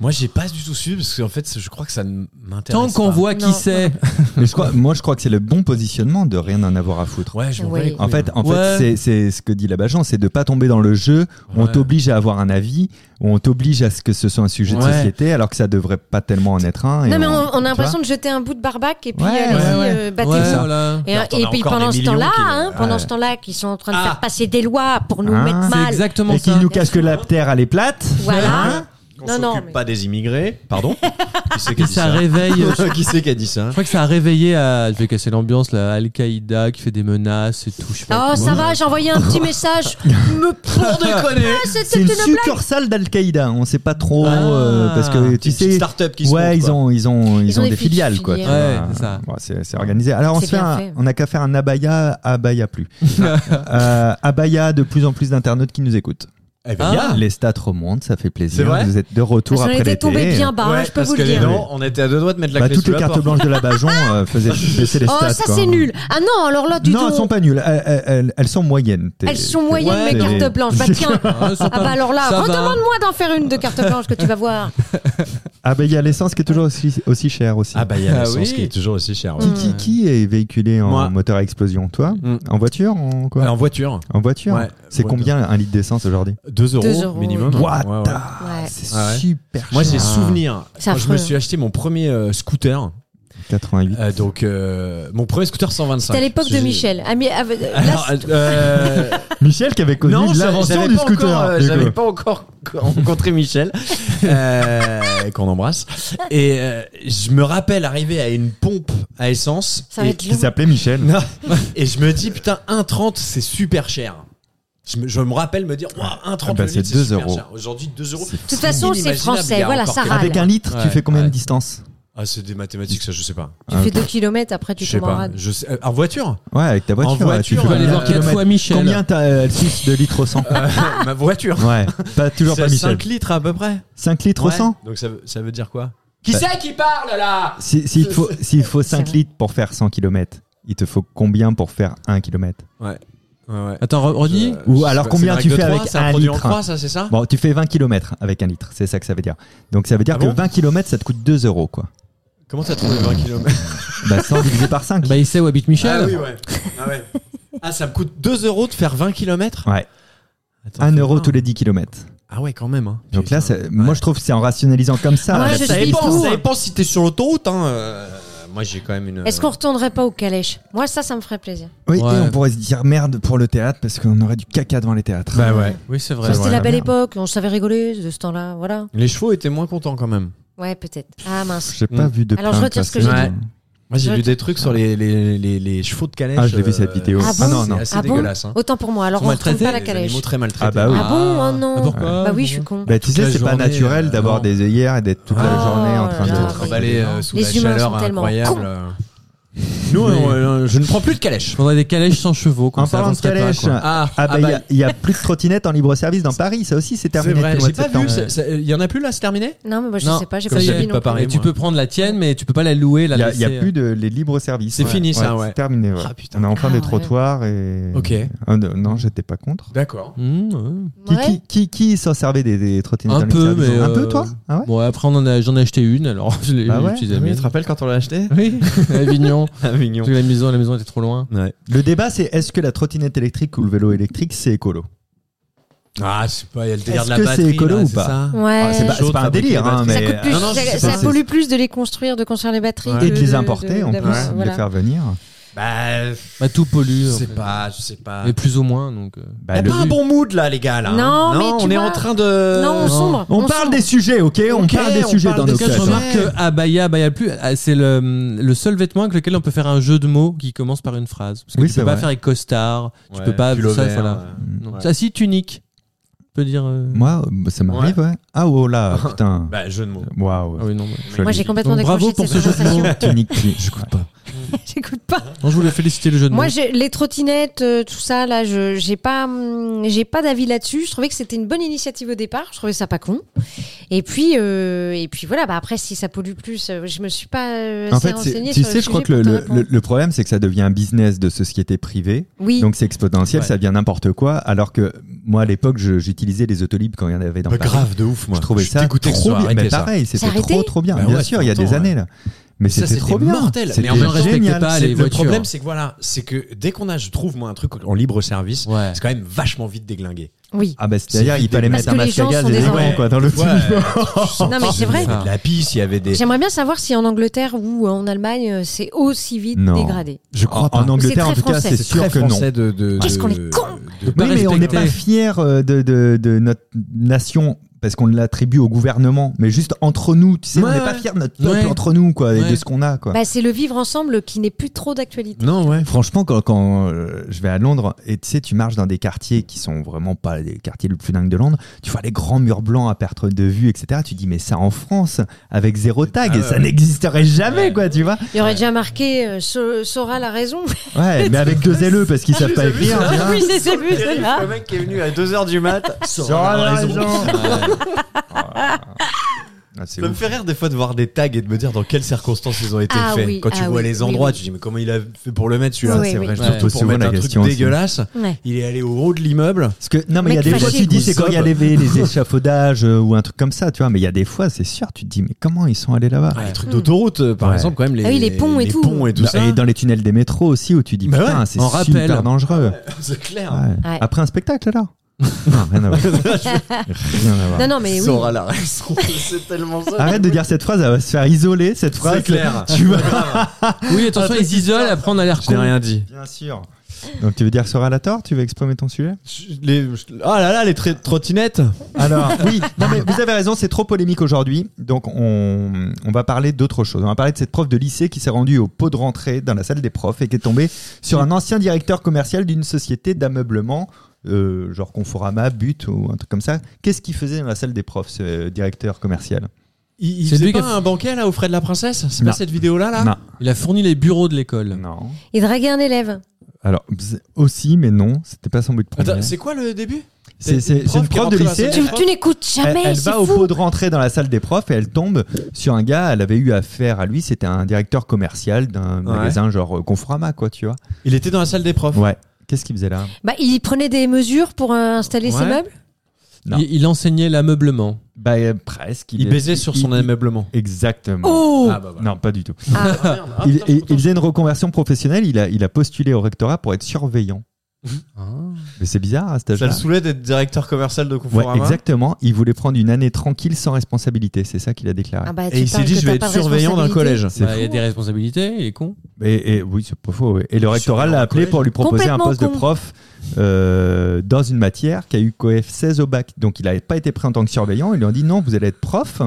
[SPEAKER 3] Moi, j'ai pas du tout suivi parce qu'en fait, je crois que ça ne m'intéresse
[SPEAKER 5] Tant qu'on
[SPEAKER 3] pas.
[SPEAKER 5] voit qui
[SPEAKER 4] Non.
[SPEAKER 5] c'est.
[SPEAKER 2] Mais je crois, moi, je crois que c'est le bon positionnement de rien en avoir à foutre.
[SPEAKER 3] Ouais, je m'en
[SPEAKER 4] Oui.
[SPEAKER 3] vais.
[SPEAKER 2] En fait, en
[SPEAKER 5] Ouais.
[SPEAKER 2] fait c'est- c'est ce que dit la Bajan, c'est de pas tomber dans le jeu où on
[SPEAKER 3] Ouais.
[SPEAKER 2] t'oblige à avoir un avis, où on t'oblige à ce que ce soit un sujet de
[SPEAKER 3] Ouais.
[SPEAKER 2] société, alors que ça devrait pas tellement en être un. et
[SPEAKER 4] Non, mais on, on
[SPEAKER 2] tu
[SPEAKER 4] a l'impression
[SPEAKER 2] vois.
[SPEAKER 4] de jeter un bout de barbac et puis
[SPEAKER 2] Ouais,
[SPEAKER 4] allez-y,
[SPEAKER 2] ouais, ouais.
[SPEAKER 4] euh, battez-vous.
[SPEAKER 5] Ouais, voilà.
[SPEAKER 4] Et,
[SPEAKER 3] Alors, t'en
[SPEAKER 4] et
[SPEAKER 3] as
[SPEAKER 4] puis
[SPEAKER 3] encore
[SPEAKER 4] pendant
[SPEAKER 3] des
[SPEAKER 4] ce
[SPEAKER 3] millions
[SPEAKER 4] temps-là,
[SPEAKER 3] qui-
[SPEAKER 4] hein, pendant
[SPEAKER 3] Ouais.
[SPEAKER 4] ce temps-là, qu'ils sont en train de
[SPEAKER 3] Ah.
[SPEAKER 4] faire passer des lois pour nous
[SPEAKER 2] Ah.
[SPEAKER 4] mettre
[SPEAKER 5] C'est
[SPEAKER 4] mal.
[SPEAKER 5] exactement
[SPEAKER 2] Et
[SPEAKER 5] ça.
[SPEAKER 2] qu'il nous cache que la terre à les plates.
[SPEAKER 4] Voilà.
[SPEAKER 3] Qu'on
[SPEAKER 4] Non, non,
[SPEAKER 3] s'occupe
[SPEAKER 4] mais-
[SPEAKER 3] pas des immigrés. Pardon Qui c'est qui a
[SPEAKER 5] Puis
[SPEAKER 3] dit
[SPEAKER 5] ça
[SPEAKER 3] ça
[SPEAKER 5] réveille.
[SPEAKER 3] [laughs]
[SPEAKER 5] euh,
[SPEAKER 3] Qui c'est qui a dit ça
[SPEAKER 5] Je crois que ça a réveillé à. Je vais casser l'ambiance, là. Al-Qaïda qui fait des menaces et tout. je sais pas
[SPEAKER 4] Oh,
[SPEAKER 5] quoi.
[SPEAKER 4] ça va, j'ai envoyé un petit message. Me pour déconner.
[SPEAKER 2] C'est une
[SPEAKER 4] C'était une blague.
[SPEAKER 2] succursale d'Al-Qaïda. On sait pas trop
[SPEAKER 5] Ah.
[SPEAKER 2] euh, parce que tu
[SPEAKER 3] C'est une
[SPEAKER 2] sais,
[SPEAKER 3] start-up qui se
[SPEAKER 2] ouais,
[SPEAKER 3] monte,
[SPEAKER 2] ils
[SPEAKER 3] quoi.
[SPEAKER 2] ont, ils ont, ils, ont, des, filiales,
[SPEAKER 4] petites
[SPEAKER 2] quoi. tu
[SPEAKER 5] filiales.
[SPEAKER 2] vois.
[SPEAKER 5] Ouais, c'est ça.
[SPEAKER 2] Bon, c'est c'est organisé. Alors on
[SPEAKER 4] C'est
[SPEAKER 2] se fait,
[SPEAKER 4] bien
[SPEAKER 2] un-
[SPEAKER 4] fait.
[SPEAKER 2] on a qu'à faire un abaya, abaya plus. Euh, abaya, de plus en plus d'internautes qui nous écoutent.
[SPEAKER 3] Eh ben,
[SPEAKER 5] Ah.
[SPEAKER 3] y a.
[SPEAKER 2] Hein Les stats remontent, ça fait
[SPEAKER 3] C'est
[SPEAKER 2] plaisir.
[SPEAKER 3] vrai
[SPEAKER 2] Vous êtes de retour
[SPEAKER 4] J'en
[SPEAKER 2] après
[SPEAKER 4] étais
[SPEAKER 2] l'été.
[SPEAKER 4] tombé bien bas, hein,
[SPEAKER 3] Ouais,
[SPEAKER 4] je peux
[SPEAKER 3] parce
[SPEAKER 4] vous
[SPEAKER 3] que
[SPEAKER 4] le
[SPEAKER 3] les
[SPEAKER 4] dire.
[SPEAKER 3] dents, on était à deux doigts de mettre la
[SPEAKER 2] Bah,
[SPEAKER 3] clé
[SPEAKER 2] toutes
[SPEAKER 3] sous
[SPEAKER 2] les
[SPEAKER 3] la
[SPEAKER 2] cartes
[SPEAKER 3] porte.
[SPEAKER 2] blanches de la Bajon euh,
[SPEAKER 3] [laughs]
[SPEAKER 2] faisaient baisser les
[SPEAKER 4] Oh,
[SPEAKER 2] stats.
[SPEAKER 4] ça
[SPEAKER 2] quoi. hein.
[SPEAKER 4] c'est nul. Ah non, alors là, du
[SPEAKER 2] Non,
[SPEAKER 4] tout.
[SPEAKER 2] elles sont pas nulles. Elles, elles- elles- elles sont moyennes. T'es-
[SPEAKER 4] Elles sont
[SPEAKER 2] t'es-
[SPEAKER 4] moyennes,
[SPEAKER 2] t'es-
[SPEAKER 4] mes
[SPEAKER 2] [laughs]
[SPEAKER 4] cartes blanches. Bah
[SPEAKER 3] [laughs]
[SPEAKER 4] tiens.
[SPEAKER 5] Ah, elles sont
[SPEAKER 4] Ah
[SPEAKER 5] pas-
[SPEAKER 4] bah alors
[SPEAKER 5] ça
[SPEAKER 4] là,
[SPEAKER 5] va.
[SPEAKER 4] redemande-moi d'en faire une de carte blanche que tu vas voir.
[SPEAKER 2] Ah, bah il y a l'essence qui est toujours aussi, aussi chère aussi.
[SPEAKER 3] Ah bah il y a
[SPEAKER 5] Ah
[SPEAKER 3] l'essence
[SPEAKER 5] oui.
[SPEAKER 3] qui est toujours aussi chère.
[SPEAKER 2] Qui, qui, qui est véhiculé en
[SPEAKER 3] Moi.
[SPEAKER 2] moteur à explosion Toi
[SPEAKER 5] Mm.
[SPEAKER 2] En voiture en, quoi
[SPEAKER 3] Ouais, En voiture,
[SPEAKER 2] En voiture
[SPEAKER 3] Ouais.
[SPEAKER 2] C'est
[SPEAKER 3] Ouais.
[SPEAKER 2] combien un litre d'essence aujourd'hui
[SPEAKER 3] 2
[SPEAKER 4] Deux
[SPEAKER 3] euros
[SPEAKER 4] euros,
[SPEAKER 3] minimum.
[SPEAKER 4] oui.
[SPEAKER 2] What
[SPEAKER 3] Ouais, ouais.
[SPEAKER 4] Ouais.
[SPEAKER 2] C'est
[SPEAKER 3] Ah ouais.
[SPEAKER 2] super
[SPEAKER 3] Moi
[SPEAKER 2] cher.
[SPEAKER 3] j'ai souvenir,
[SPEAKER 4] C'est
[SPEAKER 3] quand je
[SPEAKER 4] affreux.
[SPEAKER 3] me suis acheté mon premier euh, scooter,
[SPEAKER 2] 88.
[SPEAKER 3] euh, donc euh, mon premier scooter 125.
[SPEAKER 4] C'était à l'époque de
[SPEAKER 3] Je-
[SPEAKER 4] Michel. Ah, mais, ah, euh, là,
[SPEAKER 3] Alors, euh,
[SPEAKER 2] Michel qui avait connu
[SPEAKER 3] non, j'a-
[SPEAKER 2] l'invention
[SPEAKER 3] j'avais
[SPEAKER 2] du
[SPEAKER 3] pas
[SPEAKER 2] scooter.
[SPEAKER 3] encore, euh,
[SPEAKER 2] du
[SPEAKER 3] J'avais
[SPEAKER 2] coup.
[SPEAKER 3] pas encore rencontré Michel, euh, qu'on embrasse. Et euh, je me rappelle arriver à une pompe à essence.
[SPEAKER 4] ça va
[SPEAKER 3] et-
[SPEAKER 4] être
[SPEAKER 2] Qui
[SPEAKER 4] long.
[SPEAKER 2] s'appelait Michel.
[SPEAKER 3] Non. Et je me dis, putain, 1,30, c'est super cher. Je me, je me rappelle me dire, Ouah, 1,30,
[SPEAKER 2] Ah bah,
[SPEAKER 3] le
[SPEAKER 2] c'est
[SPEAKER 3] litre, c'est
[SPEAKER 2] 2
[SPEAKER 3] super
[SPEAKER 2] euros.
[SPEAKER 3] cher. Aujourd'hui, 2 euros.
[SPEAKER 2] C'est
[SPEAKER 4] De toute façon, c'est
[SPEAKER 3] inimaginable, il
[SPEAKER 4] français.
[SPEAKER 3] y a
[SPEAKER 4] Voilà,
[SPEAKER 3] encore
[SPEAKER 4] ça
[SPEAKER 3] quelques-
[SPEAKER 4] râle.
[SPEAKER 2] Avec un litre, tu
[SPEAKER 3] Ouais,
[SPEAKER 2] fais combien
[SPEAKER 3] ouais.
[SPEAKER 2] de distance
[SPEAKER 3] Ah, c'est des mathématiques, ça, je sais pas.
[SPEAKER 4] Tu fais 2 km, après tu
[SPEAKER 3] Je sais
[SPEAKER 4] tombes en
[SPEAKER 3] pas.
[SPEAKER 4] rade.
[SPEAKER 3] Je sais- euh, en voiture
[SPEAKER 2] Ouais, avec ta voiture. ouais, tu
[SPEAKER 3] voiture,
[SPEAKER 2] fais
[SPEAKER 5] Tu vas aller
[SPEAKER 2] combien
[SPEAKER 5] voir
[SPEAKER 2] de
[SPEAKER 5] 4
[SPEAKER 2] kilomètres
[SPEAKER 5] fois Michel.
[SPEAKER 2] Combien t'as euh, 6 de litres au 100
[SPEAKER 3] [laughs] Euh,
[SPEAKER 4] Ah
[SPEAKER 3] Ma voiture
[SPEAKER 2] Ouais, pas, toujours
[SPEAKER 3] C'est
[SPEAKER 2] pas Michel.
[SPEAKER 3] 5 litres à peu près.
[SPEAKER 2] 5 litres au 100
[SPEAKER 3] Donc ça, veut- ça veut dire quoi
[SPEAKER 2] Qui Bah-
[SPEAKER 3] c'est qui parle là
[SPEAKER 2] Si- S'il te faut, s'il faut 5
[SPEAKER 4] vrai.
[SPEAKER 2] litres pour faire 100 km, il te faut combien pour faire 1 km
[SPEAKER 3] Ouais, ouais.
[SPEAKER 5] Attends, re- redis.
[SPEAKER 3] Euh,
[SPEAKER 2] Ou
[SPEAKER 3] je sais
[SPEAKER 2] alors
[SPEAKER 3] pas,
[SPEAKER 2] combien
[SPEAKER 3] Euh, c'est une
[SPEAKER 2] tu fais
[SPEAKER 3] règle de
[SPEAKER 2] avec
[SPEAKER 3] trois, c'est un
[SPEAKER 2] un
[SPEAKER 3] produit en
[SPEAKER 2] litre hein.
[SPEAKER 3] croix, ça, c'est ça
[SPEAKER 2] Bon, tu fais 20 km avec 1 litre, c'est ça que ça veut dire. Donc ça veut dire
[SPEAKER 3] Ah
[SPEAKER 2] que
[SPEAKER 3] bon
[SPEAKER 2] 20 km ça te coûte 2 euros quoi.
[SPEAKER 3] Comment t'as trouvé 20 km
[SPEAKER 2] Bah
[SPEAKER 3] [laughs]
[SPEAKER 2] 100 divisé par 5.
[SPEAKER 5] Bah, il sait où habite Michel.
[SPEAKER 3] Ah oui, ouais. Ah, [laughs] ouais. ah, ça me coûte 2 euros de faire 20 km
[SPEAKER 2] Ouais, 1 euro tous les 10 km.
[SPEAKER 3] Ah ouais, quand même. Hein.
[SPEAKER 2] Donc là, c'est-
[SPEAKER 3] Ouais.
[SPEAKER 2] moi je trouve que c'est en rationalisant comme ça.
[SPEAKER 4] Ouais,
[SPEAKER 2] la
[SPEAKER 4] je
[SPEAKER 2] personne-
[SPEAKER 3] ça,
[SPEAKER 4] suis
[SPEAKER 3] dépend,
[SPEAKER 4] pour.
[SPEAKER 3] ça dépend si t'es sur l'autoroute. Hein. euh, Moi, j'ai quand même une.
[SPEAKER 4] Est-ce qu'on retournerait pas aux calèches Moi, ça, ça me ferait plaisir.
[SPEAKER 2] Oui,
[SPEAKER 5] Ouais.
[SPEAKER 2] et on pourrait se dire merde pour le théâtre parce qu'on aurait du caca devant les théâtres.
[SPEAKER 3] Bah ouais.
[SPEAKER 5] Oui, c'est vrai.
[SPEAKER 4] Ça, C'était
[SPEAKER 2] ouais,
[SPEAKER 4] la
[SPEAKER 2] la
[SPEAKER 4] belle
[SPEAKER 2] merde.
[SPEAKER 4] époque. On savait rigoler de ce temps-là. Voilà.
[SPEAKER 3] Les chevaux étaient moins contents quand même.
[SPEAKER 4] Ouais, peut-être. Ah mince.
[SPEAKER 2] J'ai pas
[SPEAKER 3] Mm.
[SPEAKER 2] vu de
[SPEAKER 4] Alors, je
[SPEAKER 2] plainte
[SPEAKER 4] retire ce que
[SPEAKER 2] passer.
[SPEAKER 3] j'ai dit.
[SPEAKER 2] Ouais.
[SPEAKER 3] Moi, j'ai
[SPEAKER 4] Ouais.
[SPEAKER 3] lu des trucs sur les, les, les, les chevaux de calèche.
[SPEAKER 2] Ah, je l'ai vu,
[SPEAKER 3] euh,
[SPEAKER 2] cette vidéo.
[SPEAKER 4] Ah
[SPEAKER 2] Ah, non, non.
[SPEAKER 3] C'est assez
[SPEAKER 4] Ah bon
[SPEAKER 3] dégueulasse. hein.
[SPEAKER 4] Autant pour moi. Alors,
[SPEAKER 3] Ils
[SPEAKER 4] on
[SPEAKER 3] sont
[SPEAKER 4] retourne pas à la
[SPEAKER 3] maltraités, les
[SPEAKER 4] calèche.
[SPEAKER 3] animaux euh Ben, très maltraités.
[SPEAKER 2] Ah bah oui.
[SPEAKER 4] Ah bon Oh non.
[SPEAKER 5] Ah, pourquoi
[SPEAKER 4] Bah oui, je suis con.
[SPEAKER 2] Bah tu
[SPEAKER 3] Toute
[SPEAKER 2] sais,
[SPEAKER 3] la
[SPEAKER 2] c'est pas
[SPEAKER 3] journée,
[SPEAKER 2] naturel
[SPEAKER 3] euh,
[SPEAKER 2] d'avoir
[SPEAKER 3] non.
[SPEAKER 2] des œillères et d'être toute la
[SPEAKER 4] Ah,
[SPEAKER 2] journée en train
[SPEAKER 4] là,
[SPEAKER 2] de.
[SPEAKER 4] oui.
[SPEAKER 3] Emballé euh, sous
[SPEAKER 4] Les
[SPEAKER 3] la
[SPEAKER 4] humains
[SPEAKER 3] chaleur
[SPEAKER 4] sont tellement
[SPEAKER 3] incroyable. euh.
[SPEAKER 4] cons.
[SPEAKER 3] [laughs] Nous,
[SPEAKER 5] Oui.
[SPEAKER 3] on- euh, je ne prends plus de calèche.
[SPEAKER 5] Faudrait des calèches sans chevaux. Comme
[SPEAKER 2] En
[SPEAKER 5] ça,
[SPEAKER 2] parlant de
[SPEAKER 5] avancerait pas,
[SPEAKER 2] calèche,
[SPEAKER 5] quoi.
[SPEAKER 3] Ah,
[SPEAKER 2] Ah bah, il y a-
[SPEAKER 3] bah,
[SPEAKER 2] il y, a plus de trottinettes en libre service dans Paris, ça aussi c'est
[SPEAKER 3] c'est
[SPEAKER 2] terminé.
[SPEAKER 3] vrai.
[SPEAKER 2] depuis le mois
[SPEAKER 3] J'ai
[SPEAKER 2] de
[SPEAKER 3] pas vu.
[SPEAKER 2] septembre.
[SPEAKER 3] ça- ça- Il y en a plus là, c'est terminé
[SPEAKER 4] Non, mais moi, je
[SPEAKER 5] Non,
[SPEAKER 4] sais pas. J'ai
[SPEAKER 5] comme
[SPEAKER 4] pas
[SPEAKER 5] ça,
[SPEAKER 4] suivi
[SPEAKER 5] j'habite
[SPEAKER 4] non
[SPEAKER 3] pas
[SPEAKER 4] plus.
[SPEAKER 3] pareil.
[SPEAKER 5] Et tu
[SPEAKER 3] moi.
[SPEAKER 5] peux prendre la tienne, mais tu peux pas la louer. La
[SPEAKER 2] Il y a, il y a
[SPEAKER 5] laisser.
[SPEAKER 2] plus de les libres services.
[SPEAKER 3] euh. C'est fini, ça, ouais.
[SPEAKER 2] C'est terminé. Ouais.
[SPEAKER 3] Ah, putain.
[SPEAKER 2] On est en train
[SPEAKER 4] Ah,
[SPEAKER 2] des
[SPEAKER 4] ouais. Bah,
[SPEAKER 2] trottoirs et.
[SPEAKER 3] Ok.
[SPEAKER 2] Ah, non, non, j'étais pas contre.
[SPEAKER 3] D'accord.
[SPEAKER 5] euh. Mmh,
[SPEAKER 2] Qui,
[SPEAKER 4] Ouais.
[SPEAKER 2] qui, qui, qui s'en servait des, des trottinettes
[SPEAKER 5] Un
[SPEAKER 2] dans les
[SPEAKER 5] peu,
[SPEAKER 2] services
[SPEAKER 5] mais,
[SPEAKER 2] Un peu,
[SPEAKER 5] euh,
[SPEAKER 2] toi Ah ouais
[SPEAKER 5] ouais. Bon, après, on en a- j'en ai acheté une, alors [laughs] je l'ai
[SPEAKER 2] Bah ouais,
[SPEAKER 5] petits amis.
[SPEAKER 3] rappelles quand on l'a acheté
[SPEAKER 5] Oui, [laughs] à Avignon.
[SPEAKER 3] Avignon.
[SPEAKER 5] Parce que la maison, la maison était trop loin.
[SPEAKER 3] Ouais.
[SPEAKER 2] Le débat, c'est est-ce que la trottinette électrique ou le vélo électrique, c'est écolo
[SPEAKER 3] Ah, c'est pas, il y a le délire
[SPEAKER 2] Est-ce
[SPEAKER 3] de la
[SPEAKER 2] que
[SPEAKER 3] batterie.
[SPEAKER 2] c'est écolo
[SPEAKER 3] là,
[SPEAKER 2] ou
[SPEAKER 3] c'est
[SPEAKER 2] pas
[SPEAKER 3] ça
[SPEAKER 4] Ouais.
[SPEAKER 2] Ah, C'est pas, c'est
[SPEAKER 3] Chaud de
[SPEAKER 2] pas un
[SPEAKER 3] fabriquer
[SPEAKER 2] délire,
[SPEAKER 3] des
[SPEAKER 2] hein,
[SPEAKER 3] batteries.
[SPEAKER 2] mais.
[SPEAKER 4] Euh, Ça coûte plus,
[SPEAKER 3] Ah non,
[SPEAKER 4] ça,
[SPEAKER 3] c'est
[SPEAKER 4] ça
[SPEAKER 3] pas-
[SPEAKER 4] pollue plus de les construire, de construire les batteries.
[SPEAKER 3] Ouais.
[SPEAKER 2] Et de
[SPEAKER 4] que
[SPEAKER 2] les importer
[SPEAKER 4] de-
[SPEAKER 2] en plus,
[SPEAKER 4] d'avoir-
[SPEAKER 2] de
[SPEAKER 4] voilà.
[SPEAKER 2] les faire venir.
[SPEAKER 3] Bah,
[SPEAKER 5] Bah, tout pollue.
[SPEAKER 3] je
[SPEAKER 5] en
[SPEAKER 3] sais
[SPEAKER 5] fait.
[SPEAKER 3] pas, je sais pas.
[SPEAKER 5] Mais plus ou moins, donc. euh.
[SPEAKER 2] Bah,
[SPEAKER 3] Eh,
[SPEAKER 2] le-
[SPEAKER 3] pas un bon mood là, les gars. Là,
[SPEAKER 4] Non,
[SPEAKER 3] hein.
[SPEAKER 4] mais tu
[SPEAKER 3] on est
[SPEAKER 4] vois-
[SPEAKER 3] en train de.
[SPEAKER 4] Non, on sombre.
[SPEAKER 2] euh, On parle des sujets, ok On
[SPEAKER 3] Ok,
[SPEAKER 2] parle des
[SPEAKER 3] on
[SPEAKER 2] sujets
[SPEAKER 3] parle
[SPEAKER 2] dans
[SPEAKER 3] des
[SPEAKER 2] nos
[SPEAKER 5] Parce que je
[SPEAKER 2] clubs.
[SPEAKER 5] remarque que Abaya, Abaya plus, ah, c'est le, le seul vêtement avec lequel on peut faire un jeu de mots qui commence par une phrase. Parce que
[SPEAKER 2] Oui,
[SPEAKER 5] tu
[SPEAKER 2] c'est
[SPEAKER 5] peux pas
[SPEAKER 2] vrai.
[SPEAKER 5] faire avec costard, tu
[SPEAKER 3] Ouais,
[SPEAKER 5] peux pas
[SPEAKER 3] pull-over,
[SPEAKER 5] ça, voilà.
[SPEAKER 3] ouais.
[SPEAKER 5] Non.
[SPEAKER 3] Ouais.
[SPEAKER 5] Ah, si tunique, tu peux dire. euh,
[SPEAKER 2] Moi, bah, ça m'arrive, ouais. Ah, oh là, putain.
[SPEAKER 3] Bah, jeu de mots.
[SPEAKER 2] Waouh.
[SPEAKER 5] Ah oui non. mais-
[SPEAKER 2] Je le
[SPEAKER 4] Moi, j'ai
[SPEAKER 2] dis.
[SPEAKER 4] complètement
[SPEAKER 5] Donc, bravo
[SPEAKER 4] décroché de
[SPEAKER 5] pour
[SPEAKER 4] cette
[SPEAKER 5] ce jeu de
[SPEAKER 4] conversation.
[SPEAKER 2] Tunique, tu-
[SPEAKER 3] J'écoute pas.
[SPEAKER 4] [laughs] J'écoute pas.
[SPEAKER 5] Non, je voulais féliciter le jeu de
[SPEAKER 4] Moi,
[SPEAKER 5] mots.
[SPEAKER 4] j'ai- les trottinettes, euh, tout ça, là, je j'ai pas, hum, j'ai pas d'avis là-dessus. Je trouvais que c'était une bonne initiative au départ. Je trouvais ça pas con. Et puis, euh, et puis voilà. Bah après, si ça pollue plus, euh, je me suis pas euh,
[SPEAKER 2] En fait,
[SPEAKER 4] assez
[SPEAKER 2] c'est-
[SPEAKER 4] renseignée
[SPEAKER 2] tu
[SPEAKER 4] sur
[SPEAKER 2] sais,
[SPEAKER 4] le
[SPEAKER 2] je crois que
[SPEAKER 4] sujet
[SPEAKER 2] le,
[SPEAKER 4] pour te
[SPEAKER 2] le-
[SPEAKER 4] répondre.
[SPEAKER 2] le- le problème, c'est que ça devient un business de société privée.
[SPEAKER 4] oui.
[SPEAKER 2] Donc c'est exponentiel,
[SPEAKER 3] Ouais.
[SPEAKER 2] ça devient n'importe quoi. Alors que moi, à l'époque, je- j'utilisais les autolibres quand il y en avait dans
[SPEAKER 3] Bah,
[SPEAKER 2] Paris.
[SPEAKER 3] grave de ouf, moi.
[SPEAKER 2] je trouvais
[SPEAKER 3] suis
[SPEAKER 2] ça
[SPEAKER 3] dégoûté que ce
[SPEAKER 2] trop
[SPEAKER 3] soit
[SPEAKER 2] bien.
[SPEAKER 3] arrêté,
[SPEAKER 2] Mais
[SPEAKER 3] ça.
[SPEAKER 2] pareil, c'était
[SPEAKER 4] C'est
[SPEAKER 2] trop
[SPEAKER 4] arrêté
[SPEAKER 2] trop bien.
[SPEAKER 3] Bah
[SPEAKER 2] bien
[SPEAKER 3] ouais,
[SPEAKER 2] sûr, il y a des
[SPEAKER 3] longtemps,
[SPEAKER 2] années là. Mais
[SPEAKER 3] Ça,
[SPEAKER 2] c'était trop bien.
[SPEAKER 3] mortel.
[SPEAKER 2] C'était
[SPEAKER 3] Mais en même temps,
[SPEAKER 5] respectait
[SPEAKER 2] génial.
[SPEAKER 5] pas
[SPEAKER 3] C'est-
[SPEAKER 5] les
[SPEAKER 3] le
[SPEAKER 5] voitures.
[SPEAKER 3] problème, c'est que voilà, c'est que dès qu'on a, je trouve moi, un truc en libre service,
[SPEAKER 5] Ouais.
[SPEAKER 3] c'est quand même vachement vite déglingué.
[SPEAKER 4] oui.
[SPEAKER 2] Ah bah c'est-à-dire
[SPEAKER 3] C'est
[SPEAKER 2] il fallait
[SPEAKER 4] Parce
[SPEAKER 2] mettre un
[SPEAKER 4] que les
[SPEAKER 2] masque à
[SPEAKER 4] gens
[SPEAKER 2] gaz
[SPEAKER 4] sont
[SPEAKER 2] et des
[SPEAKER 4] des
[SPEAKER 2] gants
[SPEAKER 4] enfants.
[SPEAKER 2] quoi dans le
[SPEAKER 3] Ouais,
[SPEAKER 2] truc.
[SPEAKER 3] tu sens-
[SPEAKER 4] Non, mais
[SPEAKER 2] [laughs]
[SPEAKER 4] c'est vrai.
[SPEAKER 3] Il y avait de la pisse, il y avait des.
[SPEAKER 4] J'aimerais bien savoir si en Angleterre ou en Allemagne, euh, c'est aussi vite
[SPEAKER 2] Non.
[SPEAKER 4] dégradé.
[SPEAKER 2] Je
[SPEAKER 6] crois
[SPEAKER 2] en,
[SPEAKER 6] pas.
[SPEAKER 2] en Angleterre
[SPEAKER 4] C'est
[SPEAKER 2] en tout
[SPEAKER 4] très
[SPEAKER 2] cas,
[SPEAKER 4] français.
[SPEAKER 2] c'est sûr que non.
[SPEAKER 3] français de. de-
[SPEAKER 4] Qu'est-ce
[SPEAKER 3] de-
[SPEAKER 4] qu'on est cons
[SPEAKER 3] de-
[SPEAKER 2] Oui, mais on n'est
[SPEAKER 5] respecté.
[SPEAKER 2] pas fier de, de, de notre nation parce qu'on l'attribue au gouvernement, mais juste entre nous, tu sais, on
[SPEAKER 5] Ouais,
[SPEAKER 2] n'est
[SPEAKER 5] ouais.
[SPEAKER 2] pas fier de notre peuple
[SPEAKER 5] Ouais.
[SPEAKER 2] entre nous, quoi, et
[SPEAKER 5] Ouais.
[SPEAKER 2] de ce qu'on a, quoi.
[SPEAKER 4] Bah, c'est le vivre ensemble qui n'est plus trop d'actualité.
[SPEAKER 3] Non, ouais.
[SPEAKER 2] Franchement, quand, quand euh, je vais à Londres et tu sais, tu marches dans des quartiers qui sont vraiment pas les quartiers les plus dingues de Londres, tu vois les grands murs blancs à perdre de vue, etc. Tu dis, mais ça en France, avec zéro tag,
[SPEAKER 3] Ah ouais,
[SPEAKER 2] ça
[SPEAKER 3] ouais.
[SPEAKER 2] n'existerait jamais, quoi, tu vois.
[SPEAKER 4] Il y aurait déjà marqué euh, Sa- Sora la raison.
[SPEAKER 2] Ouais, mais avec deux LE parce qu'ils savent pas écrire. tu vois.
[SPEAKER 4] oui, c'est c'est vu, c'est là.
[SPEAKER 6] mec qui est venu à 2h
[SPEAKER 5] [laughs]
[SPEAKER 6] du mat,
[SPEAKER 2] Sera la raison. Ah, c'est
[SPEAKER 3] Ça me
[SPEAKER 2] ouf.
[SPEAKER 3] fait rire des fois de voir des tags et de me dire dans quelles circonstances ils ont été
[SPEAKER 4] Ah
[SPEAKER 3] faits.
[SPEAKER 4] oui,
[SPEAKER 3] Quand tu
[SPEAKER 4] ah
[SPEAKER 3] vois
[SPEAKER 4] oui,
[SPEAKER 3] les
[SPEAKER 4] oui,
[SPEAKER 3] endroits,
[SPEAKER 4] oui.
[SPEAKER 3] tu dis mais comment il a fait pour le mettre celui-là
[SPEAKER 4] Oui,
[SPEAKER 3] C'est
[SPEAKER 4] oui,
[SPEAKER 3] vrai,
[SPEAKER 4] oui.
[SPEAKER 3] je me
[SPEAKER 2] Ouais.
[SPEAKER 3] pose
[SPEAKER 2] Souvent
[SPEAKER 3] pour mettre
[SPEAKER 2] la
[SPEAKER 3] un
[SPEAKER 2] question
[SPEAKER 3] truc
[SPEAKER 2] aussi.
[SPEAKER 3] dégueulasse.
[SPEAKER 4] Ouais.
[SPEAKER 3] Il est allé au haut de l'immeuble.
[SPEAKER 2] Parce que, non, mais il y a
[SPEAKER 4] Mec
[SPEAKER 2] des fois,
[SPEAKER 4] fâché.
[SPEAKER 2] tu dis, c'est quand il y a
[SPEAKER 3] Sob.
[SPEAKER 2] les, les échafaudages euh, ou un truc comme ça, tu vois. Mais il y a des fois, c'est sûr, tu te dis, mais comment ils sont allés là-bas
[SPEAKER 3] Ah, les trucs d'autoroute, euh, par
[SPEAKER 2] Ouais.
[SPEAKER 3] exemple, quand même. Les,
[SPEAKER 4] Ah oui, les ponts et tout.
[SPEAKER 3] ponts et tout
[SPEAKER 2] Bah,
[SPEAKER 3] ça.
[SPEAKER 2] Et dans les tunnels des métros aussi, où tu dis,
[SPEAKER 3] Bah ouais,
[SPEAKER 2] putain, c'est
[SPEAKER 5] on
[SPEAKER 2] super
[SPEAKER 5] rappelle.
[SPEAKER 2] dangereux.
[SPEAKER 3] C'est clair.
[SPEAKER 2] Ouais.
[SPEAKER 4] Ouais.
[SPEAKER 2] Après un spectacle, alors Non, rien à voir. Rien à voir.
[SPEAKER 4] Non, non, mais oui.
[SPEAKER 3] Sora la raison.
[SPEAKER 6] c'est tellement ça.
[SPEAKER 2] Arrête de dire cette phrase, elle va se faire isoler, cette phrase.
[SPEAKER 3] C'est [laughs] clair.
[SPEAKER 2] Tu vois
[SPEAKER 5] [laughs] Oui, attention, ils isolent, après on a l'air con.
[SPEAKER 3] dit.
[SPEAKER 2] Bien sûr. Donc, tu veux dire Sora la tort Tu veux exprimer ton sujet
[SPEAKER 3] Les... Ah là là, les tra- trottinettes.
[SPEAKER 2] Alors, [laughs] oui, non, mais vous avez raison, c'est trop polémique aujourd'hui. Donc, on, on va parler d'autre chose. On va parler de cette prof de lycée qui s'est rendue au pot de rentrée dans la salle des profs et qui est tombée sur un ancien directeur commercial d'une société d'ameublement, euh, genre Conforama, But ou un truc comme ça. Qu'est-ce qu'il faisait dans la salle des profs, ce directeur commercial
[SPEAKER 3] Il, il
[SPEAKER 5] C'est
[SPEAKER 3] faisait
[SPEAKER 5] lui qui
[SPEAKER 3] pas
[SPEAKER 5] a
[SPEAKER 3] un banquet là aux frais de la princesse C'est
[SPEAKER 2] Non.
[SPEAKER 3] pas cette vidéo là là
[SPEAKER 5] Il a fourni les bureaux de l'école.
[SPEAKER 2] Non.
[SPEAKER 4] Et draguer un élève.
[SPEAKER 2] Alors, bzz, aussi, mais non, c'était pas son but premier.
[SPEAKER 3] Attends, c'est quoi le début
[SPEAKER 2] C'est
[SPEAKER 3] c'est une
[SPEAKER 2] c'est- c'est une
[SPEAKER 3] prof qui
[SPEAKER 2] prof
[SPEAKER 3] est
[SPEAKER 2] de
[SPEAKER 3] rentrée dans la
[SPEAKER 2] lycée.
[SPEAKER 3] salle
[SPEAKER 4] Tu,
[SPEAKER 3] Elle-
[SPEAKER 4] tu n'écoutes
[SPEAKER 2] Elle,
[SPEAKER 4] jamais,
[SPEAKER 2] elle
[SPEAKER 4] Ah, c'est
[SPEAKER 2] va au
[SPEAKER 4] fou.
[SPEAKER 2] pot de rentrée dans la salle des profs et elle tombe sur un gars. Elle avait eu affaire à lui. C'était un directeur commercial d'un
[SPEAKER 3] Ouais.
[SPEAKER 2] magasin genre euh, Conforama, quoi, tu vois.
[SPEAKER 3] Il était dans la salle des profs.
[SPEAKER 2] Ouais. Qu'est-ce qu'il faisait là
[SPEAKER 4] Bah, il prenait des mesures pour euh, installer ses
[SPEAKER 3] Ouais.
[SPEAKER 4] meubles.
[SPEAKER 2] Non.
[SPEAKER 5] Il, il enseignait l'ameublement.
[SPEAKER 2] Bah euh, presque.
[SPEAKER 3] Il baisait sur
[SPEAKER 2] il-
[SPEAKER 3] son
[SPEAKER 2] il-
[SPEAKER 3] ameublement.
[SPEAKER 2] Exactement.
[SPEAKER 4] Oh
[SPEAKER 3] Ah bah voilà.
[SPEAKER 2] Non, pas du tout. [laughs]
[SPEAKER 4] Ah.
[SPEAKER 2] il, il- il faisait une reconversion professionnelle. Il a, il a postulé au rectorat pour être surveillant. Mais c'est bizarre à cet
[SPEAKER 3] Mm-hmm. Ah. Ça
[SPEAKER 2] âge-là.
[SPEAKER 3] le saoulait d'être directeur commercial de
[SPEAKER 2] Ouais,
[SPEAKER 3] Conforama.
[SPEAKER 2] exactement. Il voulait prendre une année tranquille sans responsabilité. C'est ça qu'il a déclaré.
[SPEAKER 4] Ah bah, tu
[SPEAKER 3] Et il s'est
[SPEAKER 4] parles
[SPEAKER 3] dit
[SPEAKER 4] que
[SPEAKER 3] je
[SPEAKER 4] t'as
[SPEAKER 3] vais
[SPEAKER 4] pas
[SPEAKER 3] être
[SPEAKER 4] de
[SPEAKER 3] surveillant d'un
[SPEAKER 4] responsabilité.
[SPEAKER 3] collège.
[SPEAKER 2] C'est
[SPEAKER 5] Bah, il y a
[SPEAKER 2] fou.
[SPEAKER 5] des responsabilités, il est con.
[SPEAKER 2] Et, et oui, c'est pas faux. oui. Et le rectorat
[SPEAKER 3] Surveillant
[SPEAKER 2] l'a
[SPEAKER 3] au
[SPEAKER 2] appelé
[SPEAKER 3] collège.
[SPEAKER 2] pour lui proposer un
[SPEAKER 4] Complètement
[SPEAKER 2] poste de
[SPEAKER 4] con.
[SPEAKER 2] prof euh, dans une matière qui a eu COEF 16 au bac. Donc il n'avait pas été pris en tant que surveillant. Ils lui ont dit non, vous allez être prof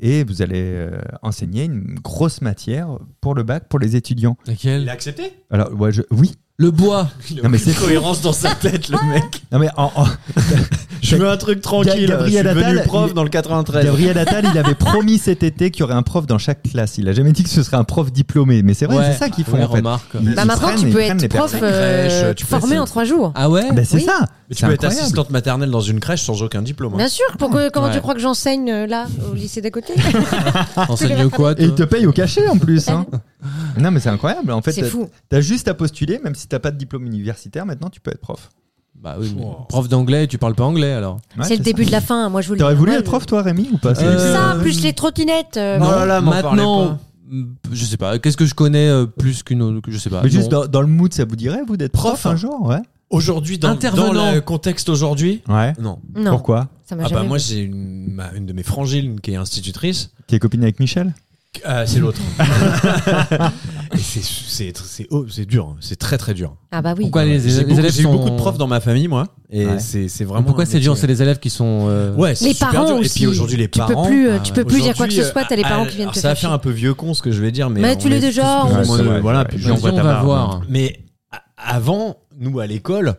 [SPEAKER 2] et vous allez euh, enseigner une grosse matière pour le bac, pour les étudiants.
[SPEAKER 5] Laquelle
[SPEAKER 3] Il a accepté
[SPEAKER 2] Alors ouais, je- oui.
[SPEAKER 5] Le bois.
[SPEAKER 3] Il
[SPEAKER 2] Non,
[SPEAKER 3] a
[SPEAKER 2] mais
[SPEAKER 3] mais c'est
[SPEAKER 2] c'est-
[SPEAKER 3] cohérence dans sa tête le mec.
[SPEAKER 2] [laughs] Non mais en- en-
[SPEAKER 3] [laughs] Je veux un truc tranquille.
[SPEAKER 2] Ga- Gabriel
[SPEAKER 3] je suis devenu
[SPEAKER 2] Attal,
[SPEAKER 3] prof
[SPEAKER 2] il-
[SPEAKER 3] dans le 93.
[SPEAKER 2] Gabriel Attal, il avait promis cet été qu'il y aurait un prof dans chaque classe. Il a jamais dit que ce serait un prof diplômé, mais c'est vrai,
[SPEAKER 5] Ouais.
[SPEAKER 2] c'est ça qu'ils font
[SPEAKER 5] Ouais,
[SPEAKER 2] en fait.
[SPEAKER 5] remarque.
[SPEAKER 2] Ils-
[SPEAKER 4] Bah
[SPEAKER 2] ils
[SPEAKER 4] maintenant,
[SPEAKER 2] prennent-
[SPEAKER 4] tu
[SPEAKER 2] ils
[SPEAKER 4] peux
[SPEAKER 2] prennent
[SPEAKER 4] être
[SPEAKER 2] les
[SPEAKER 4] prof
[SPEAKER 2] personnes.
[SPEAKER 4] euh,
[SPEAKER 3] crèche, tu peux
[SPEAKER 4] formé
[SPEAKER 3] essayer.
[SPEAKER 4] en trois jours.
[SPEAKER 5] Ah ouais
[SPEAKER 2] Ben, c'est
[SPEAKER 4] Oui.
[SPEAKER 2] ça.
[SPEAKER 3] Mais tu
[SPEAKER 2] C'est
[SPEAKER 3] peux être
[SPEAKER 2] incroyable.
[SPEAKER 3] assistante maternelle dans une crèche sans aucun diplôme. hein.
[SPEAKER 4] Bien sûr, pour que, comment
[SPEAKER 5] Ouais.
[SPEAKER 4] tu crois que j'enseigne euh, là, au lycée d'à côté
[SPEAKER 5] Enseigne quoi
[SPEAKER 2] Et
[SPEAKER 5] toi
[SPEAKER 2] ils te payent au cachet en plus.
[SPEAKER 4] [laughs]
[SPEAKER 2] hein. Non, mais c'est incroyable. En fait,
[SPEAKER 4] C'est
[SPEAKER 2] t'as-
[SPEAKER 4] fou.
[SPEAKER 2] t'as juste à postuler, même si t'as pas de diplôme universitaire, maintenant tu peux être prof.
[SPEAKER 5] Bah oui, mais
[SPEAKER 3] Wow.
[SPEAKER 5] prof d'anglais, tu parles pas anglais alors.
[SPEAKER 2] Ouais,
[SPEAKER 4] C'est
[SPEAKER 2] ça.
[SPEAKER 4] le début de la fin, moi je vous le
[SPEAKER 2] T'aurais
[SPEAKER 4] dis.
[SPEAKER 2] voulu
[SPEAKER 4] Moi,
[SPEAKER 2] être prof, toi, Rémi, ou pas
[SPEAKER 5] Euh,
[SPEAKER 4] Ça,
[SPEAKER 5] Euh,
[SPEAKER 4] plus les trottinettes. euh,
[SPEAKER 3] Non.
[SPEAKER 4] bon.
[SPEAKER 3] là là, m'en
[SPEAKER 5] maintenant,
[SPEAKER 3] parlez
[SPEAKER 5] m- je sais pas. Qu'est-ce que je connais euh, plus qu'une autre que Je sais pas.
[SPEAKER 2] Mais juste
[SPEAKER 5] bah, Non.
[SPEAKER 2] dans, dans le mood, ça vous dirait, vous, d'être prof,
[SPEAKER 3] Prof, hein.
[SPEAKER 2] un jour Ouais.
[SPEAKER 3] Aujourd'hui, dans,
[SPEAKER 5] Intervenant.
[SPEAKER 3] dans le contexte aujourd'hui,
[SPEAKER 2] Ouais.
[SPEAKER 3] non.
[SPEAKER 4] Non,
[SPEAKER 2] Pourquoi
[SPEAKER 4] ça m'a
[SPEAKER 3] Ah bah
[SPEAKER 4] jamais-
[SPEAKER 3] moi j'ai une, ma- une de mes frangines qui est institutrice.
[SPEAKER 2] T'es copine avec Michel
[SPEAKER 3] Euh, c'est l'autre. [laughs] Et c'est- c'est c'est oh, c'est dur, hein. c'est très très dur.
[SPEAKER 4] Ah bah oui.
[SPEAKER 5] Pourquoi les,
[SPEAKER 3] J'ai
[SPEAKER 5] les
[SPEAKER 3] beaucoup,
[SPEAKER 5] élèves
[SPEAKER 3] j'ai eu
[SPEAKER 5] sont...
[SPEAKER 3] beaucoup de profs dans ma famille moi, et
[SPEAKER 2] Ouais.
[SPEAKER 3] c'est c'est vraiment.
[SPEAKER 5] Pourquoi
[SPEAKER 3] un
[SPEAKER 5] c'est dur
[SPEAKER 3] métier-
[SPEAKER 5] C'est les élèves qui sont. euh,
[SPEAKER 3] Ouais, c'est
[SPEAKER 4] Les
[SPEAKER 3] super
[SPEAKER 4] parents
[SPEAKER 3] dur. Et
[SPEAKER 4] aussi.
[SPEAKER 3] puis aujourd'hui les
[SPEAKER 4] Tu
[SPEAKER 3] parents.
[SPEAKER 4] peux plus, euh,
[SPEAKER 5] Ah
[SPEAKER 4] tu
[SPEAKER 5] ouais.
[SPEAKER 4] peux plus dire quoi que ce
[SPEAKER 3] Aujourd'hui,
[SPEAKER 4] soit, t'as les
[SPEAKER 3] euh,
[SPEAKER 4] parents
[SPEAKER 3] ah,
[SPEAKER 4] qui viennent
[SPEAKER 3] alors
[SPEAKER 4] te
[SPEAKER 3] Ça va
[SPEAKER 4] chercher.
[SPEAKER 3] faire un peu vieux con ce que je vais dire, mais.
[SPEAKER 4] Mais
[SPEAKER 3] on
[SPEAKER 4] tu l'es
[SPEAKER 3] est
[SPEAKER 4] déjà,
[SPEAKER 3] tous plus ou
[SPEAKER 4] on-
[SPEAKER 2] Ouais,
[SPEAKER 3] moins
[SPEAKER 2] c'est
[SPEAKER 3] de-
[SPEAKER 2] vrai,
[SPEAKER 3] Voilà,
[SPEAKER 2] ouais.
[SPEAKER 3] puis
[SPEAKER 2] Vas-y,
[SPEAKER 3] je
[SPEAKER 5] on
[SPEAKER 3] vois ta
[SPEAKER 5] va
[SPEAKER 3] barbe.
[SPEAKER 5] voir.
[SPEAKER 3] euh, Mais a- avant, nous à l'école,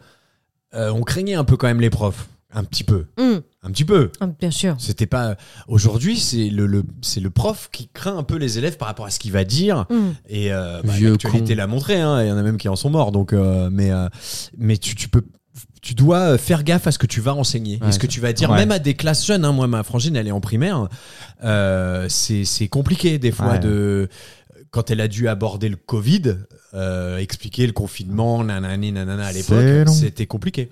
[SPEAKER 3] euh, on craignait un peu quand même les profs. Un petit peu.
[SPEAKER 4] Hum,
[SPEAKER 3] Un petit peu.
[SPEAKER 4] ah, bien sûr.
[SPEAKER 3] C'était pas. Aujourd'hui, c'est le, le- c'est le prof qui craint un peu les élèves par rapport à ce qu'il va dire.
[SPEAKER 4] Hum.
[SPEAKER 3] Et euh, bah,
[SPEAKER 5] Vieux
[SPEAKER 3] l'actualité
[SPEAKER 5] con.
[SPEAKER 3] l'a montré. hein. Il y en a même qui en sont morts. Donc, euh, mais euh, mais tu, tu peux. Tu dois euh, faire gaffe à ce que tu vas enseigner, et
[SPEAKER 5] Ouais,
[SPEAKER 3] ce que tu vas dire,
[SPEAKER 2] ouais.
[SPEAKER 3] même à des classes jeunes. hein. moi, ma frangine, elle est en primaire. Euh, c'est c'est compliqué des fois
[SPEAKER 2] Ouais.
[SPEAKER 3] de quand elle a dû aborder le Covid, euh, expliquer le confinement, nanani, nanana à
[SPEAKER 2] C'est
[SPEAKER 3] l'époque,
[SPEAKER 2] long.
[SPEAKER 3] c'était compliqué.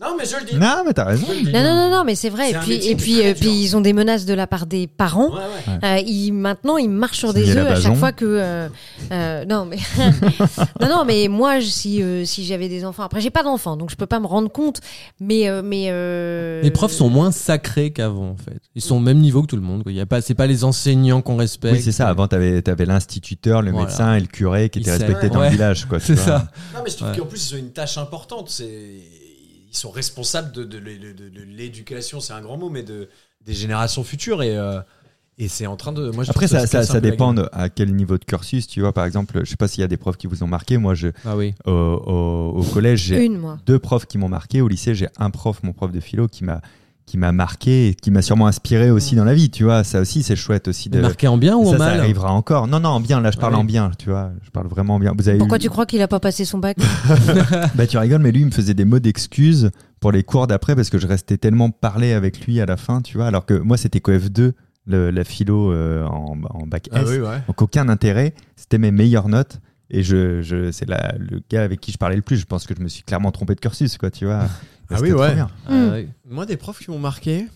[SPEAKER 3] Non, mais je le dis.
[SPEAKER 2] Non, mais t'as raison.
[SPEAKER 4] Non, non, non, non, mais c'est vrai.
[SPEAKER 3] C'est
[SPEAKER 4] Et
[SPEAKER 3] un
[SPEAKER 4] puis,
[SPEAKER 3] métier qui est
[SPEAKER 4] et puis,
[SPEAKER 3] très
[SPEAKER 4] euh, puis
[SPEAKER 3] dur.
[SPEAKER 4] ils ont des menaces de la part des parents.
[SPEAKER 3] Ouais, ouais.
[SPEAKER 4] Euh, ils- maintenant, ils marchent sur des
[SPEAKER 2] Sylvia
[SPEAKER 4] œufs à
[SPEAKER 2] Labajon.
[SPEAKER 4] chaque fois que. euh, euh, non, mais [laughs] non, non, mais moi, je- si euh, si j'avais des enfants, après j'ai pas d'enfants, donc je peux pas me rendre compte. Mais euh, mais euh,
[SPEAKER 5] Les profs sont moins sacrés qu'avant, en fait. Ils sont au même niveau que tout le monde. quoi. Il y a pas, c'est pas les enseignants qu'on respecte.
[SPEAKER 2] Oui, c'est ça. Avant, t'avais avais, l'instituteur, le
[SPEAKER 5] Voilà.
[SPEAKER 2] médecin et le curé qui
[SPEAKER 5] Ils
[SPEAKER 2] étaient
[SPEAKER 5] savent.
[SPEAKER 2] respectés dans
[SPEAKER 5] Ouais.
[SPEAKER 2] le village. quoi, tu
[SPEAKER 5] C'est
[SPEAKER 2] vois.
[SPEAKER 5] ça.
[SPEAKER 3] Non, mais je trouve
[SPEAKER 5] Ouais.
[SPEAKER 3] qu'en plus, ils ont une tâche importante. C'est... Ils sont responsables de, de l'é- de- de- de l'éducation, c'est un grand mot, mais de, des générations futures. Et, euh, et c'est en train de. Moi, je
[SPEAKER 2] Après,
[SPEAKER 3] trouve que
[SPEAKER 2] ça,
[SPEAKER 3] se
[SPEAKER 2] ça,
[SPEAKER 3] casse un
[SPEAKER 2] ça
[SPEAKER 3] peu la
[SPEAKER 2] dépend
[SPEAKER 3] gueule.
[SPEAKER 2] de- à quel niveau de cursus. Tu vois, par exemple, je sais pas s'il y a des profs qui vous ont marqué. Moi, je,
[SPEAKER 5] Ah oui.
[SPEAKER 2] au, au- au collège, j'ai
[SPEAKER 4] une moi.
[SPEAKER 2] deux profs qui m'ont marqué. Au lycée, j'ai un prof, mon prof de philo, qui m'a qui m'a marqué et qui m'a sûrement inspiré aussi dans la vie. Tu vois, ça aussi, c'est chouette aussi de.
[SPEAKER 5] Marqué en bien ou en
[SPEAKER 2] ça, ça
[SPEAKER 5] mal
[SPEAKER 2] arrivera encore. Non, non, en bien. Là, je parle
[SPEAKER 5] Ouais.
[SPEAKER 2] en bien. Tu vois, je parle vraiment en bien. Vous avez
[SPEAKER 4] Pourquoi
[SPEAKER 2] eu-
[SPEAKER 4] tu crois qu'il a pas passé
[SPEAKER 3] [laughs]
[SPEAKER 4] son bac
[SPEAKER 2] Bah tu rigoles, mais lui, il me faisait des mots d'excuses pour les cours d'après parce que je restais tellement parlé avec lui à la fin, tu vois. Alors que moi, c'était qu'au F2, le- la philo euh, en, en bac
[SPEAKER 3] Ah
[SPEAKER 2] S.
[SPEAKER 3] oui, ouais.
[SPEAKER 2] Donc aucun intérêt. C'était mes meilleures notes. Et je, je, c'est la- le gars avec qui je parlais le plus. Je pense que je me suis clairement trompé de cursus, quoi, tu vois. [laughs] Mais
[SPEAKER 3] Ah oui,
[SPEAKER 2] c'était trop
[SPEAKER 3] ouais.
[SPEAKER 2] bien.
[SPEAKER 4] Hmm.
[SPEAKER 5] Ah oui.
[SPEAKER 3] Moi, des profs qui m'ont marqué.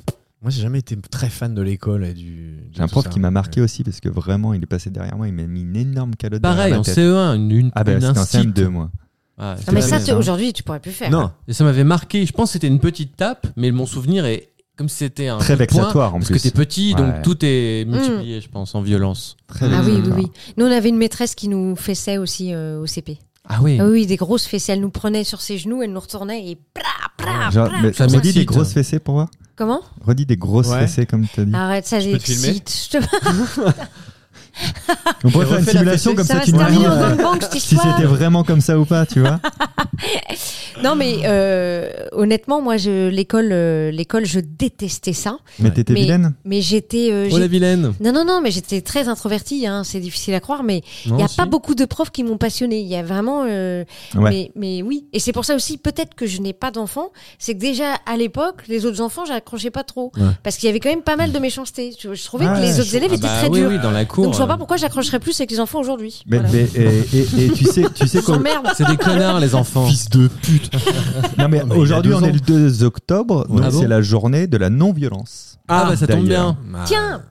[SPEAKER 3] Moi, j'ai jamais été très fan de l'école et du. de
[SPEAKER 2] J'ai un
[SPEAKER 3] tout
[SPEAKER 2] prof
[SPEAKER 3] ça.
[SPEAKER 2] qui m'a marqué aussi parce que vraiment, il est passé derrière moi. Il m'a mis une énorme calotte
[SPEAKER 5] Pareil,
[SPEAKER 2] derrière
[SPEAKER 5] en
[SPEAKER 2] ma tête.
[SPEAKER 5] CE1, une, une,
[SPEAKER 2] Ah ben,
[SPEAKER 5] une
[SPEAKER 2] c'était en
[SPEAKER 5] instite.
[SPEAKER 2] CM2, moi.
[SPEAKER 5] Ah,
[SPEAKER 4] Non, mais ça,
[SPEAKER 5] c'est-
[SPEAKER 4] tu- aujourd'hui, tu pourrais plus faire.
[SPEAKER 3] Non,
[SPEAKER 5] Et ça m'avait marqué. Je pense que c'était une petite tape, mais mon souvenir est comme si c'était un
[SPEAKER 2] Très
[SPEAKER 5] coup de poing,
[SPEAKER 2] vexatoire, en
[SPEAKER 5] parce
[SPEAKER 2] plus.
[SPEAKER 5] que t'es petit,
[SPEAKER 2] Ouais.
[SPEAKER 5] donc tout est
[SPEAKER 4] Hmm.
[SPEAKER 5] multiplié, je pense, en violence.
[SPEAKER 2] Très
[SPEAKER 4] Ah oui, oui,
[SPEAKER 2] bien.
[SPEAKER 4] oui. Nous, on avait une maîtresse qui nous fessait aussi euh, au CP.
[SPEAKER 5] Ah oui.
[SPEAKER 4] Ah oui, des grosses fessées. Elle nous prenait sur ses genoux, elle nous retournait et pra,
[SPEAKER 3] Ah,
[SPEAKER 4] pra,
[SPEAKER 2] Genre,
[SPEAKER 4] pra.
[SPEAKER 2] mais
[SPEAKER 5] Ça
[SPEAKER 2] redis des
[SPEAKER 5] m'excite.
[SPEAKER 2] grosses fessées pour voir.
[SPEAKER 4] Comment
[SPEAKER 2] Redis des grosses
[SPEAKER 3] Ouais. Ah.
[SPEAKER 2] fessées comme tu as dit.
[SPEAKER 4] Arrête, ça,
[SPEAKER 3] peux te filmer
[SPEAKER 4] j'excite. Je te-
[SPEAKER 2] On pourrait
[SPEAKER 3] Et
[SPEAKER 2] faire une
[SPEAKER 3] refais la
[SPEAKER 2] simulation
[SPEAKER 3] fessée.
[SPEAKER 2] comme
[SPEAKER 4] Ça
[SPEAKER 2] ça,
[SPEAKER 4] va
[SPEAKER 2] tu
[SPEAKER 4] se
[SPEAKER 2] nous
[SPEAKER 4] terminer en
[SPEAKER 2] dis, euh,
[SPEAKER 4] gangbang,
[SPEAKER 2] [laughs]
[SPEAKER 4] cette
[SPEAKER 2] si
[SPEAKER 4] histoire.
[SPEAKER 2] c'était vraiment comme ça ou pas, tu vois.
[SPEAKER 4] Non, mais euh, honnêtement, moi, je, l'école, euh, l'école, je détestais ça.
[SPEAKER 2] Mais t'étais
[SPEAKER 4] Mais-
[SPEAKER 2] vilaine.
[SPEAKER 4] Mais j'étais. euh,
[SPEAKER 5] Oh la
[SPEAKER 4] j'ai-
[SPEAKER 5] vilaine.
[SPEAKER 4] non, non, non, mais j'étais très introvertie, hein, c'est difficile à croire, mais il n'y a pas beaucoup de profs qui m'ont passionnée. Il y a vraiment. euh,
[SPEAKER 2] Ouais.
[SPEAKER 4] mais, mais oui. Et c'est pour ça aussi, peut-être que je n'ai pas d'enfants, c'est que déjà à l'époque, les autres enfants, j'accrochais pas trop.
[SPEAKER 3] Ouais.
[SPEAKER 4] Parce qu'il y avait quand même pas mal de méchanceté. Je, je trouvais
[SPEAKER 2] Ah
[SPEAKER 4] que les
[SPEAKER 2] ouais,
[SPEAKER 4] autres élèves étaient très
[SPEAKER 5] bah oui,
[SPEAKER 4] durs.
[SPEAKER 5] oui, dans la cour.
[SPEAKER 4] Donc je vois pas
[SPEAKER 5] euh,
[SPEAKER 4] pourquoi j'accrocherais plus avec les enfants aujourd'hui.
[SPEAKER 2] Mais,
[SPEAKER 4] Voilà.
[SPEAKER 2] mais- et, et- et tu sais, tu sais
[SPEAKER 4] Ils
[SPEAKER 2] qu'au-
[SPEAKER 4] s'emmerdent.
[SPEAKER 5] C'est des connards, les enfants.
[SPEAKER 3] Fils de pute.
[SPEAKER 2] non, mais
[SPEAKER 3] mais [laughs] il a
[SPEAKER 2] aujourd'hui
[SPEAKER 3] deux
[SPEAKER 2] on est
[SPEAKER 3] ans.
[SPEAKER 2] le 2 octobre, donc
[SPEAKER 5] Ah bon
[SPEAKER 2] c'est la journée de la non-violence.
[SPEAKER 5] Ah, bah ça tombe
[SPEAKER 2] D'ailleurs.
[SPEAKER 5] bien.
[SPEAKER 4] Tiens,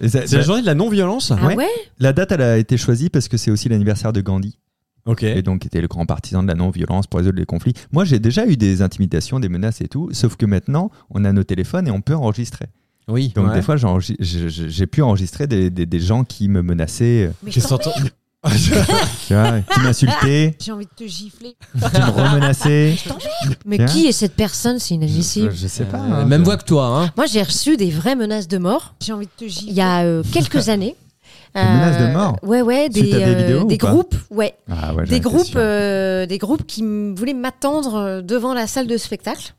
[SPEAKER 2] Et ça-
[SPEAKER 3] C'est la journée de la non-violence
[SPEAKER 4] ah
[SPEAKER 2] Ouais.
[SPEAKER 4] ouais
[SPEAKER 2] La date elle a été choisie parce que c'est aussi l'anniversaire de Gandhi
[SPEAKER 3] Ok.
[SPEAKER 2] et donc était le grand partisan de la non-violence pour résoudre les conflits. Moi j'ai déjà eu des intimidations, des menaces et tout, sauf que maintenant on a nos téléphones et on peut enregistrer.
[SPEAKER 5] Oui.
[SPEAKER 2] Donc
[SPEAKER 3] Ouais.
[SPEAKER 2] des fois j'enregistre- j'ai j'ai- j'ai pu enregistrer des, des- des gens qui me menaçaient, euh,
[SPEAKER 4] Mais
[SPEAKER 3] J'ai
[SPEAKER 4] je t'en-
[SPEAKER 3] senti-
[SPEAKER 2] tu
[SPEAKER 3] [laughs]
[SPEAKER 2] vois, qui m'insultaient,
[SPEAKER 4] J'ai envie de te gifler.
[SPEAKER 2] qui me remenaçaient.
[SPEAKER 4] Mais
[SPEAKER 2] Tiens.
[SPEAKER 4] qui est cette personne C'est inadmissible.
[SPEAKER 2] Je sais pas.
[SPEAKER 5] Euh,
[SPEAKER 2] hein.
[SPEAKER 5] même voix que toi, hein.
[SPEAKER 4] Moi, j'ai reçu des vraies menaces de mort. J'ai envie de te gifler. Il y a euh,
[SPEAKER 2] [laughs]
[SPEAKER 4] quelques années. Des
[SPEAKER 2] menaces de mort
[SPEAKER 4] Ouais, ouais, des,
[SPEAKER 2] Suite à des
[SPEAKER 4] euh,
[SPEAKER 2] vidéos ou
[SPEAKER 4] des
[SPEAKER 2] pas
[SPEAKER 4] groupes, ouais,
[SPEAKER 2] Ah ouais, j'en
[SPEAKER 4] des
[SPEAKER 2] étais
[SPEAKER 4] groupes,
[SPEAKER 2] sûr.
[SPEAKER 4] euh, des groupes qui m- voulaient m'attendre euh, devant la salle de spectacle.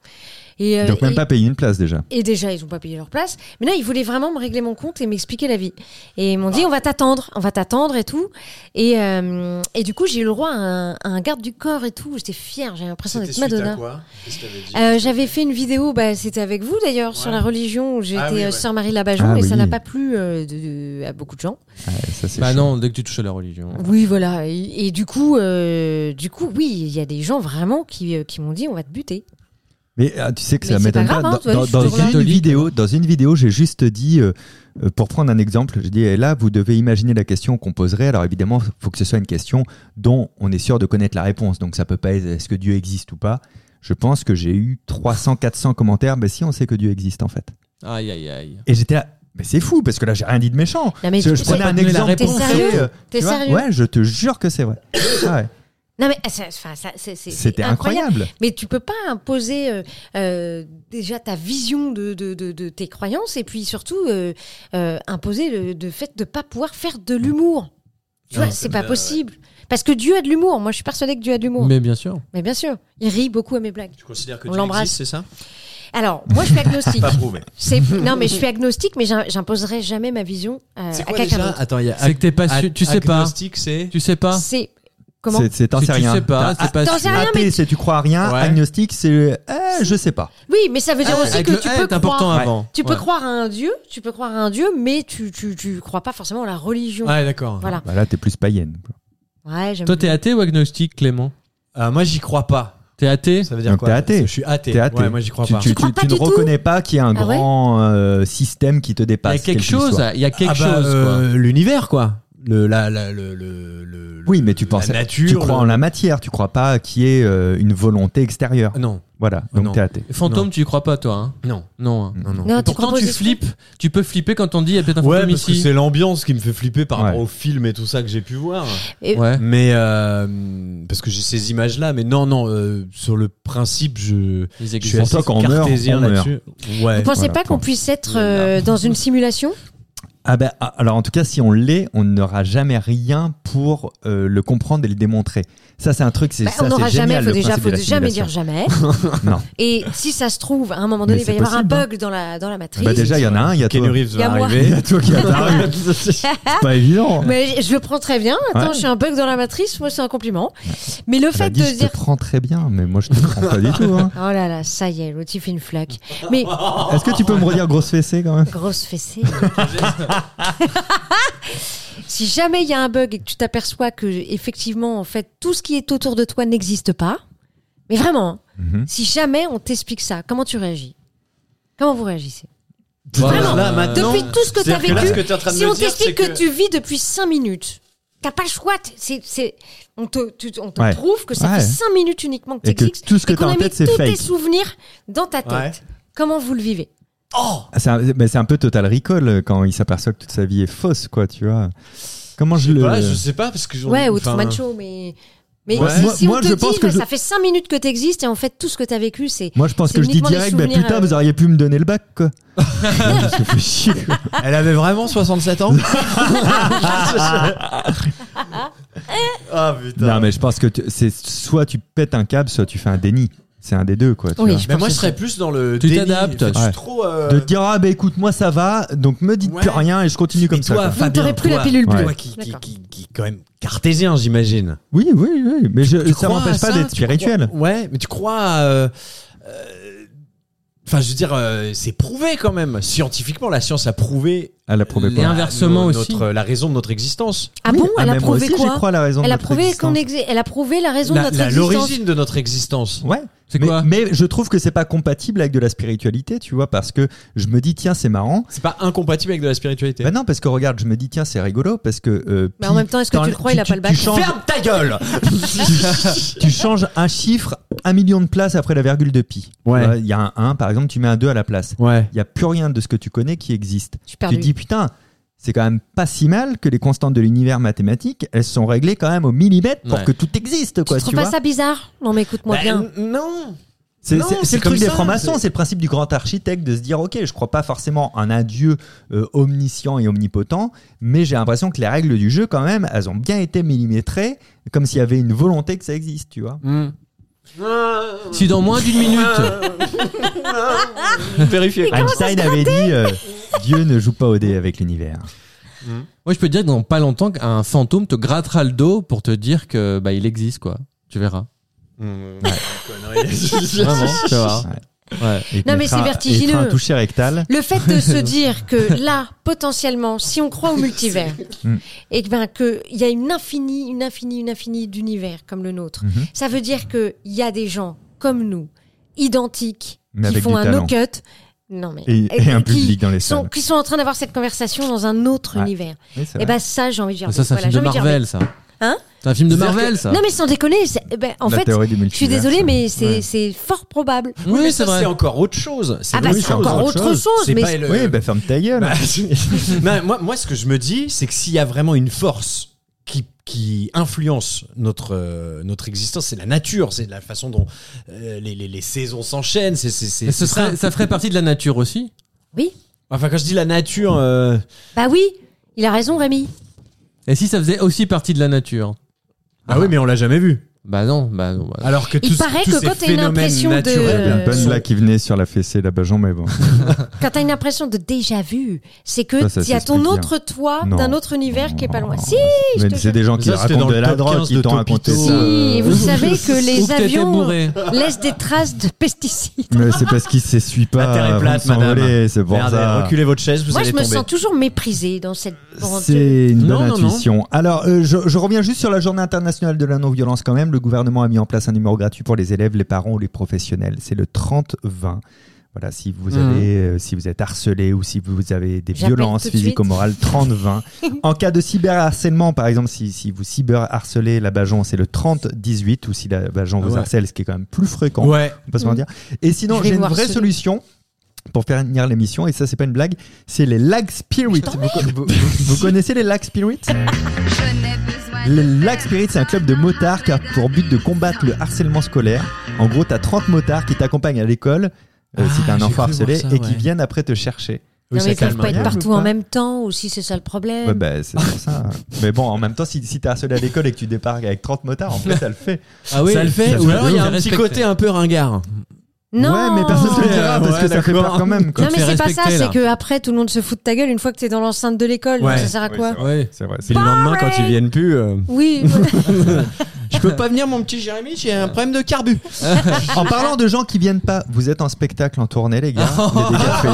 [SPEAKER 4] Et, euh,
[SPEAKER 2] Donc même
[SPEAKER 4] et-
[SPEAKER 2] pas payé une place déjà.
[SPEAKER 4] Et déjà, ils ont pas payé leur place. Mais là, ils voulaient vraiment me régler mon compte et m'expliquer la vie. Et ils m'ont dit, on va t'attendre, on va t'attendre et tout. Et, euh, et du coup, j'ai eu le droit à un, à un garde du corps et tout. J'étais fière, j'ai l'impression
[SPEAKER 3] C'était
[SPEAKER 4] d'être
[SPEAKER 3] suite à
[SPEAKER 4] Madonna.
[SPEAKER 3] quoi Qu'est-ce que t'avais dit
[SPEAKER 4] Euh, J'avais fait une vidéo, bah, c'était avec vous d'ailleurs, sur
[SPEAKER 3] Ouais.
[SPEAKER 4] la religion où j'étais
[SPEAKER 3] Ah oui,
[SPEAKER 4] euh,
[SPEAKER 3] ouais.
[SPEAKER 4] sœur Marie Labajon
[SPEAKER 2] Ah
[SPEAKER 4] et ça
[SPEAKER 2] oui.
[SPEAKER 4] n'a pas plu euh, de- de- à beaucoup de gens.
[SPEAKER 2] Ah, ça, c'est
[SPEAKER 5] Bah
[SPEAKER 2] chaud.
[SPEAKER 5] non, dès que tu touches à la religion.
[SPEAKER 4] Oui, voilà. Et, et du coup, euh, du coup, oui, il y a des gens vraiment qui, euh, qui m'ont dit on va te buter.
[SPEAKER 2] Mais ah, tu sais que
[SPEAKER 4] Mais
[SPEAKER 2] ça
[SPEAKER 4] c'est
[SPEAKER 2] m'étonne
[SPEAKER 4] pas
[SPEAKER 2] pas.
[SPEAKER 4] grave, hein, tu vois,
[SPEAKER 2] Dans-
[SPEAKER 4] je
[SPEAKER 2] Dans
[SPEAKER 4] suis
[SPEAKER 2] dans une
[SPEAKER 5] catholique.
[SPEAKER 2] vidéo, dans une vidéo, j'ai juste dit, euh, euh, pour prendre un exemple, j'ai dit eh, là, vous devez imaginer la question qu'on poserait. Alors évidemment, faut que ce soit une question dont on est sûr de connaître la réponse. Donc ça peut pas être est-ce que Dieu existe ou pas. Je pense que j'ai eu 300, 400 commentaires. Mais si on sait que Dieu existe en fait.
[SPEAKER 5] Aïe, aïe, aïe.
[SPEAKER 2] Et j'étais là. Mais c'est fou parce que là j'ai rien dit de méchant.
[SPEAKER 4] Non, mais
[SPEAKER 2] je,
[SPEAKER 4] tu-
[SPEAKER 2] je prenais
[SPEAKER 4] t'es-
[SPEAKER 2] un
[SPEAKER 5] t'es
[SPEAKER 2] exemple.
[SPEAKER 5] sérieux
[SPEAKER 2] concret, euh,
[SPEAKER 4] T'es
[SPEAKER 2] tu vois.
[SPEAKER 4] sérieux
[SPEAKER 2] Ouais, je te jure que c'est vrai. [coughs] Ah ouais.
[SPEAKER 4] Non, mais ça- enfin, ça- c'est- c'est- c'est
[SPEAKER 2] C'était incroyable.
[SPEAKER 4] Mais tu peux pas imposer euh, euh, déjà ta vision de, de, de, de tes croyances et puis surtout euh, euh, imposer le de fait de pas pouvoir faire de l'humour. Tu
[SPEAKER 3] Non,
[SPEAKER 4] vois,
[SPEAKER 3] Ah, c'est
[SPEAKER 4] c'est pas
[SPEAKER 3] bien,
[SPEAKER 4] possible. Parce que Dieu a de l'humour. Moi, je Oh. suis persuadée que Dieu a de l'humour. Mais...
[SPEAKER 5] Mais bien sûr.
[SPEAKER 4] bien sûr, il rit beaucoup à mes blagues.
[SPEAKER 3] Tu considères que
[SPEAKER 4] On
[SPEAKER 3] tu
[SPEAKER 4] l'embrasse. Euh,
[SPEAKER 3] c'est ça
[SPEAKER 4] Alors, moi, je
[SPEAKER 2] [laughs]
[SPEAKER 4] suis agnostique.
[SPEAKER 3] Pas prouvé.
[SPEAKER 4] C'est- non, mais je suis agnostique, mais j'im- j'imposerai jamais ma vision euh, à
[SPEAKER 3] C'est quoi
[SPEAKER 4] quelqu'un
[SPEAKER 3] déjà
[SPEAKER 4] d'autre.
[SPEAKER 3] Attends, il y a.
[SPEAKER 5] C'est que t'es pas sûr, tu sais pas.
[SPEAKER 3] Agnostique, c'est.
[SPEAKER 5] Tu sais pas
[SPEAKER 4] C'est comment
[SPEAKER 2] C'est- C'est t'en
[SPEAKER 5] Tu-
[SPEAKER 2] sais
[SPEAKER 5] Tu
[SPEAKER 2] rien.
[SPEAKER 5] sais pas,
[SPEAKER 2] T'as-
[SPEAKER 3] ah,
[SPEAKER 5] c'est pas
[SPEAKER 4] T'en sais
[SPEAKER 5] sûr.
[SPEAKER 4] rien,
[SPEAKER 2] Athée,
[SPEAKER 4] mais-
[SPEAKER 2] c'est tu crois à rien.
[SPEAKER 3] Ouais.
[SPEAKER 2] Agnostique, c'est euh, eh, je sais pas.
[SPEAKER 4] Oui, mais ça veut dire aussi
[SPEAKER 5] Ah, Avec
[SPEAKER 4] que
[SPEAKER 5] le
[SPEAKER 4] tu
[SPEAKER 5] A
[SPEAKER 4] peux
[SPEAKER 5] est important
[SPEAKER 4] croire.
[SPEAKER 5] avant.
[SPEAKER 4] Tu peux
[SPEAKER 5] Ouais.
[SPEAKER 4] croire à un dieu, tu peux croire à un dieu, mais tu tu tu crois pas forcément en la religion.
[SPEAKER 3] Ouais, d'accord.
[SPEAKER 4] Voilà.
[SPEAKER 2] Bah là, t'es plus païenne. quoi.
[SPEAKER 4] Ouais, j'aime.
[SPEAKER 5] Toi, t'es athée ou agnostique, Clément
[SPEAKER 3] Euh, moi, j'y crois pas.
[SPEAKER 5] T'es athée
[SPEAKER 3] Ça veut dire
[SPEAKER 2] Donc
[SPEAKER 3] quoi
[SPEAKER 2] t'es athée.
[SPEAKER 3] Je suis athée.
[SPEAKER 2] T'es athée.
[SPEAKER 3] Ouais, moi, j'y crois
[SPEAKER 2] Tu,
[SPEAKER 3] pas.
[SPEAKER 2] tu-
[SPEAKER 4] Tu crois
[SPEAKER 2] tu-
[SPEAKER 4] pas
[SPEAKER 2] tu ne
[SPEAKER 4] du tout
[SPEAKER 2] reconnais pas qu'il y a un
[SPEAKER 4] Ah ouais
[SPEAKER 2] grand euh, système qui te
[SPEAKER 5] Il y a
[SPEAKER 2] dépasse.
[SPEAKER 5] quelque
[SPEAKER 2] quel qu'il
[SPEAKER 5] chose,
[SPEAKER 2] soit.
[SPEAKER 5] il y a quelque
[SPEAKER 3] Ah bah,
[SPEAKER 5] chose. quoi.
[SPEAKER 3] euh, L'univers, quoi. Le, la, la- le, le, le-
[SPEAKER 2] Oui, mais tu
[SPEAKER 3] la
[SPEAKER 2] penses,
[SPEAKER 3] nature,
[SPEAKER 2] tu crois en
[SPEAKER 3] le-
[SPEAKER 2] la matière, tu crois pas qu'il y ait euh, une volonté extérieure.
[SPEAKER 3] Non,
[SPEAKER 2] Voilà,
[SPEAKER 3] Non.
[SPEAKER 2] donc t'es athée.
[SPEAKER 5] Fantôme, tu y crois pas, toi hein
[SPEAKER 3] non,
[SPEAKER 5] Non. hein.
[SPEAKER 3] non, non.
[SPEAKER 4] Non,
[SPEAKER 5] Et
[SPEAKER 4] tu
[SPEAKER 5] Pourtant,
[SPEAKER 4] crois pas
[SPEAKER 5] tu
[SPEAKER 4] aux esprits
[SPEAKER 5] flippes. Tu peux flipper quand on dit il y a peut-être un
[SPEAKER 3] Ouais,
[SPEAKER 5] fantôme
[SPEAKER 3] parce que
[SPEAKER 5] ici.
[SPEAKER 3] c'est l'ambiance qui me fait flipper par rapport
[SPEAKER 2] Ouais.
[SPEAKER 3] au film et tout ça que j'ai pu voir.
[SPEAKER 4] Et-
[SPEAKER 5] Ouais.
[SPEAKER 3] Mais euh, parce que j'ai ces images-là, mais non, non. euh, sur le principe, je,
[SPEAKER 5] Ils
[SPEAKER 3] je suis
[SPEAKER 5] existent.
[SPEAKER 2] Pour
[SPEAKER 3] assez
[SPEAKER 2] toi, quand on meurt,
[SPEAKER 3] cartésien
[SPEAKER 2] on meurt.
[SPEAKER 3] là-dessus.
[SPEAKER 4] Vous
[SPEAKER 3] Ouais.
[SPEAKER 4] pensez
[SPEAKER 2] Voilà,
[SPEAKER 4] pas qu'on
[SPEAKER 2] point.
[SPEAKER 4] puisse être euh, dans une simulation
[SPEAKER 2] Ah ben, ah, alors en tout cas, si on l'est, on n'aura jamais rien pour euh, le comprendre et le démontrer. Ça, c'est un truc, c'est
[SPEAKER 4] Bah,
[SPEAKER 2] ça,
[SPEAKER 4] On
[SPEAKER 2] c'est
[SPEAKER 4] n'aura jamais,
[SPEAKER 2] génial,
[SPEAKER 4] faut
[SPEAKER 2] le
[SPEAKER 4] déjà,
[SPEAKER 2] principe
[SPEAKER 4] faut
[SPEAKER 2] de la
[SPEAKER 4] jamais
[SPEAKER 2] simulation.
[SPEAKER 4] dire jamais.
[SPEAKER 2] Non.
[SPEAKER 4] Et si ça se trouve, à un moment donné,
[SPEAKER 2] Mais
[SPEAKER 4] il va
[SPEAKER 2] c'est
[SPEAKER 4] y avoir un
[SPEAKER 2] possible, hein.
[SPEAKER 4] bug dans la dans la matrice.
[SPEAKER 2] Bah déjà, il y en a un, il y a
[SPEAKER 3] Ken
[SPEAKER 2] toi.
[SPEAKER 3] Reeves
[SPEAKER 4] Y a
[SPEAKER 3] va
[SPEAKER 4] moi.
[SPEAKER 2] [laughs] Il y
[SPEAKER 3] arriver.
[SPEAKER 2] a toi
[SPEAKER 4] [laughs]
[SPEAKER 2] qui est apparu. C'est pas évident.
[SPEAKER 4] Mais je je le prends très bien. Attends,
[SPEAKER 2] Ouais.
[SPEAKER 4] je suis un bug dans la matrice, moi c'est un compliment. Mais
[SPEAKER 2] Elle
[SPEAKER 4] le
[SPEAKER 2] a
[SPEAKER 4] fait
[SPEAKER 2] dit,
[SPEAKER 4] de
[SPEAKER 2] je
[SPEAKER 4] se dire
[SPEAKER 2] te prends très bien, mais moi je te prends pas du tout. hein.
[SPEAKER 4] Oh là là, ça y est, l'autre il fait une flaque.
[SPEAKER 2] [laughs]
[SPEAKER 4] Mais
[SPEAKER 2] Est-ce que tu peux me redire grosse fessée quand même
[SPEAKER 4] grosse fessée. [laughs] si jamais il y a un bug et que tu t'aperçois que effectivement en fait tout ce qui est autour de toi n'existe pas, mais vraiment, hein,
[SPEAKER 2] Mhm.
[SPEAKER 4] si jamais on t'explique ça, comment tu réagis Comment vous réagissez
[SPEAKER 5] Vraiment.
[SPEAKER 3] Là,
[SPEAKER 2] Euh,
[SPEAKER 3] maintenant,
[SPEAKER 4] Depuis tout ce que tu as
[SPEAKER 3] c'est-à-dire là,
[SPEAKER 4] vécu,
[SPEAKER 3] ce que t'es en train de
[SPEAKER 4] si
[SPEAKER 3] me
[SPEAKER 4] on
[SPEAKER 3] dire,
[SPEAKER 4] t'explique
[SPEAKER 3] c'est
[SPEAKER 4] que... tu vis depuis 5 minutes, t'as pas le choix. t- c'est- c'est- on te, tu- on te
[SPEAKER 2] Ouais.
[SPEAKER 4] prouve que ça
[SPEAKER 2] Ouais.
[SPEAKER 4] fait 5 minutes uniquement que
[SPEAKER 2] Et que
[SPEAKER 4] t'existes
[SPEAKER 2] tout ce que
[SPEAKER 4] et qu'on
[SPEAKER 2] t'as en
[SPEAKER 4] a mis
[SPEAKER 2] tête, c'est
[SPEAKER 4] tous tes
[SPEAKER 2] fake.
[SPEAKER 4] souvenirs dans ta tête.
[SPEAKER 3] Ouais.
[SPEAKER 4] Comment vous le vivez
[SPEAKER 2] C'est un, mais c'est un peu total recall euh, quand il s'aperçoit que toute sa vie est fausse, quoi, tu vois. Comment je,
[SPEAKER 3] Je sais
[SPEAKER 2] le.
[SPEAKER 5] Euh.
[SPEAKER 3] pas, je sais pas parce que j'en-
[SPEAKER 4] Ouais, ou
[SPEAKER 3] enfin,
[SPEAKER 4] Truman Show, mais. Mais
[SPEAKER 2] Ouais.
[SPEAKER 4] si,
[SPEAKER 2] Moi-
[SPEAKER 4] si on
[SPEAKER 2] moi,
[SPEAKER 4] te
[SPEAKER 2] je
[SPEAKER 4] dit,
[SPEAKER 2] pense que
[SPEAKER 4] bah,
[SPEAKER 2] je-
[SPEAKER 4] ça fait 5 minutes que t'existes et en fait tout ce que t'as vécu, c'est.
[SPEAKER 2] Moi, je pense
[SPEAKER 4] C'est
[SPEAKER 2] que je dis
[SPEAKER 4] uniquement les
[SPEAKER 2] direct, bah, plus
[SPEAKER 4] souvenirs,
[SPEAKER 2] tard,
[SPEAKER 4] euh,
[SPEAKER 2] vous auriez pu me donner le bac, quoi. Je fais chier.
[SPEAKER 3] Elle avait vraiment 67 ans. Ah putain.
[SPEAKER 2] non, mais je pense que tu- c'est soit tu pètes un câble, soit tu fais un déni. C'est un des deux, quoi. Tu
[SPEAKER 4] Oui,
[SPEAKER 2] vois.
[SPEAKER 4] je
[SPEAKER 3] Mais
[SPEAKER 4] pense
[SPEAKER 3] moi,
[SPEAKER 4] que
[SPEAKER 3] je serais plus dans le.
[SPEAKER 5] Tu
[SPEAKER 3] déni.
[SPEAKER 5] t'adaptes.
[SPEAKER 3] Enfin, Je
[SPEAKER 2] Ouais.
[SPEAKER 3] suis trop. euh,
[SPEAKER 2] De te dire, ah bah écoute, moi ça va, donc me dites
[SPEAKER 3] Ouais.
[SPEAKER 2] plus rien et je continue comme
[SPEAKER 3] mais
[SPEAKER 2] ça.
[SPEAKER 3] toi,
[SPEAKER 2] quoi.
[SPEAKER 3] Fabien,
[SPEAKER 4] t'aurais pris
[SPEAKER 3] toi,
[SPEAKER 4] la pilule
[SPEAKER 3] toi
[SPEAKER 2] bleue.
[SPEAKER 3] qui, qui,
[SPEAKER 4] D'accord.
[SPEAKER 3] qui- qui est quand même cartésien, j'imagine.
[SPEAKER 2] Oui, oui, oui, mais je,
[SPEAKER 3] Tu
[SPEAKER 2] ça
[SPEAKER 3] crois à
[SPEAKER 2] m'empêche pas
[SPEAKER 3] ça
[SPEAKER 2] d'être
[SPEAKER 3] Tu crois-
[SPEAKER 2] spirituel.
[SPEAKER 3] Ouais, mais tu crois. à, euh, euh, Enfin, je veux dire, euh, c'est prouvé quand même. Scientifiquement, la science a prouvé. euh,
[SPEAKER 2] Elle a prouvé
[SPEAKER 3] la-
[SPEAKER 5] quoi Et inversement
[SPEAKER 3] no-
[SPEAKER 5] aussi.
[SPEAKER 3] notre- euh, la raison de notre existence.
[SPEAKER 4] Ah bon Elle a prouvé
[SPEAKER 2] aussi, j'y
[SPEAKER 4] quoi
[SPEAKER 2] crois à la raison de
[SPEAKER 4] Elle a
[SPEAKER 2] notre
[SPEAKER 4] prouvé qu'on
[SPEAKER 2] existence.
[SPEAKER 4] exi- Elle a prouvé la raison
[SPEAKER 3] La-
[SPEAKER 4] de notre
[SPEAKER 3] la-
[SPEAKER 4] existence.
[SPEAKER 3] L'origine de notre existence.
[SPEAKER 2] Ouais.
[SPEAKER 5] [laughs] C'est
[SPEAKER 2] mais,
[SPEAKER 5] quoi
[SPEAKER 2] mais je trouve que c'est pas compatible avec de la spiritualité, tu vois, parce que je me dis tiens c'est marrant.
[SPEAKER 3] C'est pas incompatible avec de la spiritualité.
[SPEAKER 2] Bah non, parce que regarde, je me dis tiens c'est rigolo parce que. euh,
[SPEAKER 4] Mais en
[SPEAKER 2] pi-
[SPEAKER 4] même temps, est-ce que
[SPEAKER 2] dans
[SPEAKER 4] tu
[SPEAKER 2] le-
[SPEAKER 4] le crois, il a pas le bac
[SPEAKER 2] tu
[SPEAKER 4] [laughs]
[SPEAKER 2] changes,
[SPEAKER 3] Ferme ta gueule
[SPEAKER 2] tu changes un chiffre, un million de places après la virgule de pi. Tu
[SPEAKER 3] Ouais.
[SPEAKER 2] vois, Il y a un 1 par exemple, tu mets un 2 à la place.
[SPEAKER 3] Ouais.
[SPEAKER 2] Il y a plus rien de ce que tu connais qui existe.
[SPEAKER 4] Je suis
[SPEAKER 2] Tu
[SPEAKER 4] perdue.
[SPEAKER 2] te dis putain. C'est quand même pas si mal que les constantes de l'univers mathématique, elles sont réglées quand même au millimètre pour
[SPEAKER 5] Ouais.
[SPEAKER 2] que tout existe,
[SPEAKER 4] Tu
[SPEAKER 2] quoi.
[SPEAKER 4] trouves pas
[SPEAKER 2] vois.
[SPEAKER 4] ça bizarre Non, mais écoute-moi
[SPEAKER 3] Bah,
[SPEAKER 4] bien.
[SPEAKER 3] n- Non
[SPEAKER 2] C'est
[SPEAKER 3] Non,
[SPEAKER 2] c'est- c'est
[SPEAKER 3] c'est
[SPEAKER 2] le truc
[SPEAKER 3] comme
[SPEAKER 2] des
[SPEAKER 3] ça,
[SPEAKER 2] francs-maçons,
[SPEAKER 3] c'est-
[SPEAKER 2] c'est le principe du grand architecte de se dire ok, je crois pas forcément en un dieu euh, omniscient et omnipotent, mais j'ai l'impression que les règles du jeu quand même, elles ont bien été millimétrées, comme s'il y avait une volonté que ça existe, tu vois.
[SPEAKER 5] Si dans
[SPEAKER 3] [laughs]
[SPEAKER 5] moins d'une minute,
[SPEAKER 3] Vérifier.
[SPEAKER 2] Einstein avait dit euh,
[SPEAKER 4] [laughs]
[SPEAKER 2] Dieu ne joue pas au dé avec l'univers.
[SPEAKER 5] moi je peux te dire que dans pas longtemps, un fantôme te grattera le dos pour te dire que bah il existe quoi. Tu verras.
[SPEAKER 3] Mmh,
[SPEAKER 5] Vraiment, tu verras. Ouais.
[SPEAKER 2] Et
[SPEAKER 4] Non, mais
[SPEAKER 2] mettra- et
[SPEAKER 4] c'est
[SPEAKER 2] mettra
[SPEAKER 4] vertigineux.
[SPEAKER 2] Un toucher rectal.
[SPEAKER 4] Le fait
[SPEAKER 2] [laughs]
[SPEAKER 4] de se dire que là, potentiellement, si on croit au multivers,
[SPEAKER 2] Mm.
[SPEAKER 4] et que ben que il y a une infinie, une infinie, une infinie d'univers comme le nôtre,
[SPEAKER 2] Mhm.
[SPEAKER 4] ça veut dire que il y a des gens comme nous, identiques,
[SPEAKER 2] Mais
[SPEAKER 4] qui
[SPEAKER 2] avec
[SPEAKER 4] font
[SPEAKER 2] du
[SPEAKER 4] un
[SPEAKER 2] talent.
[SPEAKER 4] no-cut, non mais
[SPEAKER 2] Et, et un
[SPEAKER 4] qui
[SPEAKER 2] public dans les
[SPEAKER 4] sont,
[SPEAKER 2] salles.
[SPEAKER 4] qui sont en train d'avoir cette conversation dans un autre
[SPEAKER 2] Ouais.
[SPEAKER 4] univers.
[SPEAKER 2] Oui, c'est
[SPEAKER 4] Et
[SPEAKER 2] vrai.
[SPEAKER 4] ben ça, j'ai envie de dire.
[SPEAKER 5] Ça c'est un
[SPEAKER 4] voilà,
[SPEAKER 5] film de
[SPEAKER 4] j'ai envie dire-
[SPEAKER 5] Marvel ça.
[SPEAKER 4] Hein
[SPEAKER 5] C'est un film de Marvel ça.
[SPEAKER 4] Non mais sans déconner, c'est- eh ben, en
[SPEAKER 2] La
[SPEAKER 4] fait,
[SPEAKER 2] théorie du
[SPEAKER 4] je suis
[SPEAKER 2] multivers,
[SPEAKER 4] désolée,
[SPEAKER 2] ça.
[SPEAKER 4] mais c'est
[SPEAKER 2] Ouais.
[SPEAKER 4] c'est fort probable.
[SPEAKER 5] Oui,
[SPEAKER 3] Mais ça,
[SPEAKER 5] c'est vrai.
[SPEAKER 3] C'est encore autre chose. C'est
[SPEAKER 4] Ah bah
[SPEAKER 2] oui,
[SPEAKER 4] c'est
[SPEAKER 2] c'est
[SPEAKER 4] encore autre chose,
[SPEAKER 3] C'est
[SPEAKER 4] mais
[SPEAKER 3] pas le-
[SPEAKER 2] Oui, bah ferme ta gueule.
[SPEAKER 3] Bah, Non, moi, moi, ce que je me dis, c'est que s'il y a vraiment une force qui, qui influence notre, euh, notre existence, c'est la nature, c'est la façon dont euh, les, les- les saisons s'enchaînent. C'est, c'est, c'est,
[SPEAKER 5] Et ce
[SPEAKER 3] c'est ça.
[SPEAKER 5] serait, ça ferait partie de la nature aussi.
[SPEAKER 4] oui,
[SPEAKER 3] Enfin, quand je dis la nature, euh,
[SPEAKER 4] bah oui, il a raison Rémi.
[SPEAKER 5] Et si ça faisait aussi partie de la nature
[SPEAKER 3] ah oui, mais on l'a jamais vu.
[SPEAKER 5] Bah non, bah non. bah-
[SPEAKER 3] Alors que
[SPEAKER 4] Il
[SPEAKER 3] tous-
[SPEAKER 4] paraît
[SPEAKER 3] tous
[SPEAKER 4] que
[SPEAKER 3] ces
[SPEAKER 4] quand t'as une
[SPEAKER 3] phénomènes
[SPEAKER 4] impression de-
[SPEAKER 3] naturels
[SPEAKER 2] Il y a une bonne
[SPEAKER 3] sont-
[SPEAKER 2] blague qui venait sur la fessée d'Abajon, mais bon.
[SPEAKER 4] Quand t'as une impression de déjà vu, c'est que
[SPEAKER 2] Ça, ça
[SPEAKER 4] il y a ton
[SPEAKER 2] s'explique bien.
[SPEAKER 4] autre toi
[SPEAKER 2] Non.
[SPEAKER 4] d'un autre univers qui est pas loin. Si, je
[SPEAKER 2] Mais
[SPEAKER 4] te
[SPEAKER 2] c'est
[SPEAKER 4] jure.
[SPEAKER 2] des gens
[SPEAKER 3] Mais
[SPEAKER 2] qui
[SPEAKER 3] ça, c'était
[SPEAKER 2] racontent
[SPEAKER 3] dans
[SPEAKER 2] de
[SPEAKER 3] le
[SPEAKER 2] la
[SPEAKER 3] top
[SPEAKER 2] drogue,
[SPEAKER 3] 15
[SPEAKER 2] qui
[SPEAKER 3] de
[SPEAKER 2] t'ont raconté ça.
[SPEAKER 3] Topito.
[SPEAKER 4] Si,
[SPEAKER 5] Euh,
[SPEAKER 2] [laughs]
[SPEAKER 4] vous
[SPEAKER 5] [laughs]
[SPEAKER 4] savez que
[SPEAKER 5] Ou
[SPEAKER 4] les
[SPEAKER 5] que t'étais
[SPEAKER 4] avions
[SPEAKER 5] bourré.
[SPEAKER 4] laissent des traces de pesticides.
[SPEAKER 2] Mais c'est parce qu'ils s'essuient pas.
[SPEAKER 3] La terre est
[SPEAKER 2] avant de
[SPEAKER 3] plate,
[SPEAKER 2] s'envoler, C'est pour
[SPEAKER 3] Merde,
[SPEAKER 2] ça.
[SPEAKER 3] reculez votre chaise, vous
[SPEAKER 4] Moi,
[SPEAKER 3] allez
[SPEAKER 4] je me
[SPEAKER 3] tomber.
[SPEAKER 4] sens toujours méprisée dans cette bande.
[SPEAKER 2] C'est une
[SPEAKER 5] Non,
[SPEAKER 2] bonne
[SPEAKER 5] non, non.
[SPEAKER 2] intuition. Alors, euh, je, je reviens juste sur la journée internationale de la non-violence quand même. Le gouvernement a mis en place un numéro gratuit pour les élèves, les parents ou les professionnels. C'est le 30-20. Voilà, si vous,
[SPEAKER 5] Mhm.
[SPEAKER 2] avez, euh, si vous êtes harcelé ou si vous avez des
[SPEAKER 4] Hmm. J'appelle
[SPEAKER 2] violences
[SPEAKER 4] tout de
[SPEAKER 2] physiques
[SPEAKER 4] suite.
[SPEAKER 2] ou morales,
[SPEAKER 4] [laughs]
[SPEAKER 2] 30-20. en cas de cyberharcèlement, par exemple, si, si vous cyberharcelez la Bajon, c'est le 30-18 ou si la Bajon vous
[SPEAKER 3] Ah Ouais.
[SPEAKER 2] harcèle, ce qui est quand même plus fréquent.
[SPEAKER 3] Ouais.
[SPEAKER 2] On peut se mentir.
[SPEAKER 3] Mm.
[SPEAKER 2] Et sinon,
[SPEAKER 4] Je vais
[SPEAKER 2] j'ai une
[SPEAKER 4] vous
[SPEAKER 2] vraie
[SPEAKER 4] harceler.
[SPEAKER 2] solution pour faire venir l'émission, et ça, c'est pas une blague, c'est les lag spirit. Vous, co- vous- vous- vous connaissez les lag spirit Les lag spirit, c'est un club de motards qui a pour but de combattre le harcèlement scolaire. En gros, t'as 30 motards qui t'accompagnent à l'école, euh, si
[SPEAKER 3] Ah,
[SPEAKER 2] t'es un
[SPEAKER 3] j'ai
[SPEAKER 2] enfant
[SPEAKER 3] cru
[SPEAKER 2] harcelé,
[SPEAKER 3] voir ça,
[SPEAKER 2] et qui
[SPEAKER 3] ouais.
[SPEAKER 2] viennent après te chercher.
[SPEAKER 3] Oui,
[SPEAKER 4] non,
[SPEAKER 3] ça
[SPEAKER 4] mais ils peuvent
[SPEAKER 3] calme un
[SPEAKER 4] pas être
[SPEAKER 3] peu.
[SPEAKER 4] partout
[SPEAKER 2] ou
[SPEAKER 4] en
[SPEAKER 2] pas
[SPEAKER 4] même temps aussi, c'est ça le problème.
[SPEAKER 2] Ouais, bah, c'est pour
[SPEAKER 3] [laughs]
[SPEAKER 2] ça. Mais bon, en même temps, si, si t'es harcelé à l'école et que tu débarques avec 30 motards, en fait, ça le fait.
[SPEAKER 5] Ah oui,
[SPEAKER 3] ça le fait.
[SPEAKER 5] ça
[SPEAKER 3] Ou alors il y a
[SPEAKER 5] fait
[SPEAKER 3] un petit
[SPEAKER 5] respecter.
[SPEAKER 3] côté un peu ringard.
[SPEAKER 4] non,
[SPEAKER 2] Ouais, mais personne te le dira parce
[SPEAKER 3] Ouais,
[SPEAKER 2] que ça fait
[SPEAKER 3] d'accord.
[SPEAKER 2] peur quand même. quoi.
[SPEAKER 4] non, mais
[SPEAKER 5] Fais
[SPEAKER 4] c'est pas ça,
[SPEAKER 5] respecter, là.
[SPEAKER 4] c'est que après tout le monde se fout de ta gueule une fois que t'es dans l'enceinte de l'école.
[SPEAKER 3] Ouais.
[SPEAKER 4] donc Ça sert à
[SPEAKER 2] Oui,
[SPEAKER 4] quoi
[SPEAKER 2] c'est vrai.
[SPEAKER 5] Ouais.
[SPEAKER 2] C'est vrai.
[SPEAKER 3] Puis le lendemain, quand ils viennent plus,
[SPEAKER 5] [laughs]
[SPEAKER 3] euh,
[SPEAKER 2] [laughs]
[SPEAKER 4] Oui,
[SPEAKER 3] je peux pas venir, mon petit Jérémy, j'ai un problème de carbu.
[SPEAKER 5] [laughs]
[SPEAKER 2] En parlant de gens qui viennent pas, vous êtes en spectacle en tournée, les gars. Les dégâts faits.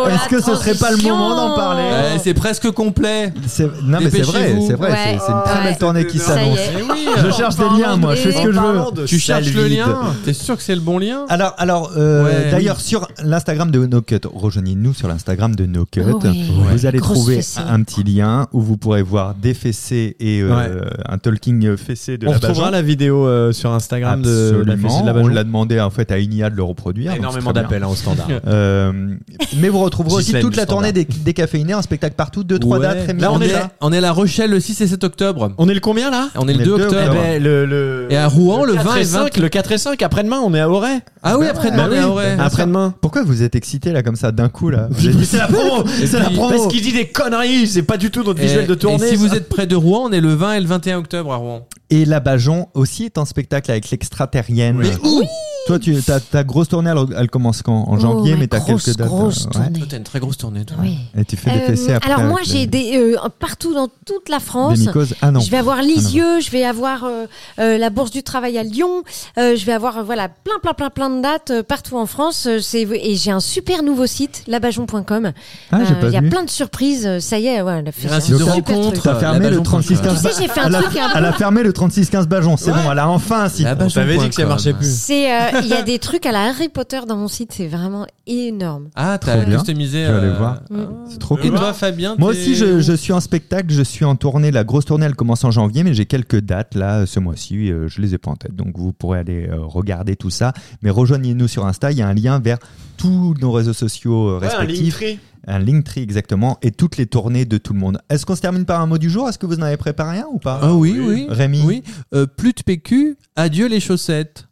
[SPEAKER 4] Oh,
[SPEAKER 2] Est-ce
[SPEAKER 4] la
[SPEAKER 2] que ce serait pas le
[SPEAKER 4] transition
[SPEAKER 2] moment d'en parler
[SPEAKER 5] Euh, c'est presque complet.
[SPEAKER 2] C'est- Non, mais c'est vrai,
[SPEAKER 5] Dépêchez-vous.
[SPEAKER 2] c'est vrai.
[SPEAKER 4] Ouais.
[SPEAKER 2] c'est- C'est une très
[SPEAKER 4] Ouais.
[SPEAKER 2] belle tournée qui
[SPEAKER 4] Ça y
[SPEAKER 2] s'annonce.
[SPEAKER 4] est.
[SPEAKER 5] [laughs]
[SPEAKER 2] Je cherche des liens, moi. Je fais ce que je veux.
[SPEAKER 5] Eh euh, Tu cherches le
[SPEAKER 2] Salvide.
[SPEAKER 5] lien. T'es sûr que c'est le bon lien
[SPEAKER 2] Alors, alors euh,
[SPEAKER 5] Ouais,
[SPEAKER 2] d'ailleurs, sur l'Instagram de No Cut, rejoignez-nous sur l'Instagram de No Cut.
[SPEAKER 4] Oh Oui.
[SPEAKER 2] Vous allez
[SPEAKER 4] Grosse
[SPEAKER 2] trouver
[SPEAKER 4] fessée.
[SPEAKER 2] un petit lien où vous pourrez voir des fessées et euh, un talking fessé de
[SPEAKER 6] On
[SPEAKER 2] la Bajon.
[SPEAKER 6] retrouvera la vidéo euh, sur Instagram de euh, la
[SPEAKER 2] Absolument.
[SPEAKER 6] fessée de la
[SPEAKER 2] on
[SPEAKER 6] Bajon.
[SPEAKER 2] l'a demandé en fait à une IA de le reproduire. donc
[SPEAKER 3] Énormément
[SPEAKER 2] c'est très bien.
[SPEAKER 3] d'appels hein, au standard.
[SPEAKER 2] Euh, mais vous retrouverez aussi
[SPEAKER 3] Gislaine,
[SPEAKER 2] toute la
[SPEAKER 3] le
[SPEAKER 2] tournée des, des caféinés, un spectacle partout, 2-3
[SPEAKER 3] Ouais.
[SPEAKER 2] dates, Rémi
[SPEAKER 3] Là,
[SPEAKER 5] on,
[SPEAKER 2] Rondeau.
[SPEAKER 5] est là. on est à La Rochelle le 6 et 7 octobre.
[SPEAKER 6] On est le combien là
[SPEAKER 5] On est le 2
[SPEAKER 2] Eh
[SPEAKER 5] octobre.
[SPEAKER 2] ben,
[SPEAKER 6] le, le-
[SPEAKER 5] Et à Rouen le
[SPEAKER 6] 4
[SPEAKER 5] 20
[SPEAKER 6] et
[SPEAKER 5] et
[SPEAKER 6] 5,
[SPEAKER 5] 20.
[SPEAKER 6] le 4 et 5, après-demain, on est à Auray.
[SPEAKER 5] Ah oui, après-demain,
[SPEAKER 6] Bah
[SPEAKER 5] on est
[SPEAKER 6] oui.
[SPEAKER 5] à Auray.
[SPEAKER 6] Après-demain.
[SPEAKER 2] Pourquoi vous êtes excité là comme ça d'un coup là J'ai dit,
[SPEAKER 5] [laughs]
[SPEAKER 2] C'est la promo C'est la
[SPEAKER 5] puis-
[SPEAKER 2] promo
[SPEAKER 6] Parce qu'il dit des conneries, c'est pas du tout notre
[SPEAKER 5] Et-
[SPEAKER 6] visuel de tournée.
[SPEAKER 5] Et si
[SPEAKER 6] ça.
[SPEAKER 5] vous êtes près de Rouen, on est le 20 et le 21 octobre à Rouen.
[SPEAKER 2] Et la Bajon aussi est en spectacle avec l'extraterrienne. Mais où Toi, tu, ta, ta grosse tournée, elle, elle commence quand En janvier,
[SPEAKER 4] Oh,
[SPEAKER 2] mais t'as
[SPEAKER 4] grosse,
[SPEAKER 2] quelques dates.
[SPEAKER 4] grosse
[SPEAKER 2] euh, ouais.
[SPEAKER 4] tournée.
[SPEAKER 5] Toi, t'as une très grosse tournée, toi.
[SPEAKER 4] Oui.
[SPEAKER 2] Et tu fais des
[SPEAKER 4] Euh,
[SPEAKER 2] fessées après.
[SPEAKER 4] alors moi
[SPEAKER 2] avec
[SPEAKER 4] j'ai
[SPEAKER 2] les-
[SPEAKER 4] des euh, partout dans toute la
[SPEAKER 2] des
[SPEAKER 4] France.
[SPEAKER 2] mycoses. Ah non.
[SPEAKER 4] Je vais avoir Lisieux, je vais avoir euh, euh, la Bourse du Travail à Lyon, euh, je vais avoir euh, voilà plein plein plein plein de dates euh, partout en France. euh, c'est et j'ai un super nouveau site labajon.com.
[SPEAKER 2] Ah, j'ai
[SPEAKER 4] Euh,
[SPEAKER 2] pas
[SPEAKER 4] Il y a
[SPEAKER 2] vu.
[SPEAKER 4] plein de surprises. euh, Ça y est, ouais, elle a fait
[SPEAKER 5] Un
[SPEAKER 4] un
[SPEAKER 5] site de
[SPEAKER 4] super
[SPEAKER 5] rencontre.
[SPEAKER 4] truc.
[SPEAKER 2] T'as fermé le 36-15
[SPEAKER 4] Tu sais, j'ai fait un
[SPEAKER 2] Elle a-
[SPEAKER 4] truc un peu-
[SPEAKER 2] Elle a fermé le 36-15 Bajon, c'est
[SPEAKER 5] Ouais.
[SPEAKER 2] bon, elle a enfin un site.
[SPEAKER 5] La Bajon.
[SPEAKER 6] On t'avait dit que ça
[SPEAKER 5] Com.
[SPEAKER 6] marchait plus.
[SPEAKER 4] C'est
[SPEAKER 2] [laughs]
[SPEAKER 4] euh, il y a des trucs à la Harry Potter dans mon site. C'est vraiment énorme.
[SPEAKER 5] Ah, t'as
[SPEAKER 2] Trop bien.
[SPEAKER 5] customisé.
[SPEAKER 2] Je vais
[SPEAKER 5] euh,
[SPEAKER 2] aller voir.
[SPEAKER 5] ah.
[SPEAKER 2] C'est trop
[SPEAKER 5] Et
[SPEAKER 2] cool.
[SPEAKER 5] toi, Fabien
[SPEAKER 2] Moi
[SPEAKER 5] t'es-
[SPEAKER 2] aussi, je, je suis en spectacle, je suis en tournée. La grosse tournée, elle commence en janvier, mais j'ai quelques dates là ce mois-ci. euh, je les ai pas en tête, donc vous pourrez aller euh, regarder tout ça. Mais rejoignez-nous sur Insta. Il y a un lien vers tous nos réseaux sociaux euh,
[SPEAKER 6] Ouais, un
[SPEAKER 2] respectifs,
[SPEAKER 6] Linktree.
[SPEAKER 2] un Linktree exactement, et toutes les tournées de tout le monde. Est-ce qu'on se termine par un mot du jour Est-ce que vous en avez préparé un ou pas
[SPEAKER 5] Ah oui, oui.
[SPEAKER 2] Rémi,
[SPEAKER 5] Oui. Euh, plus de PQ, adieu les chaussettes.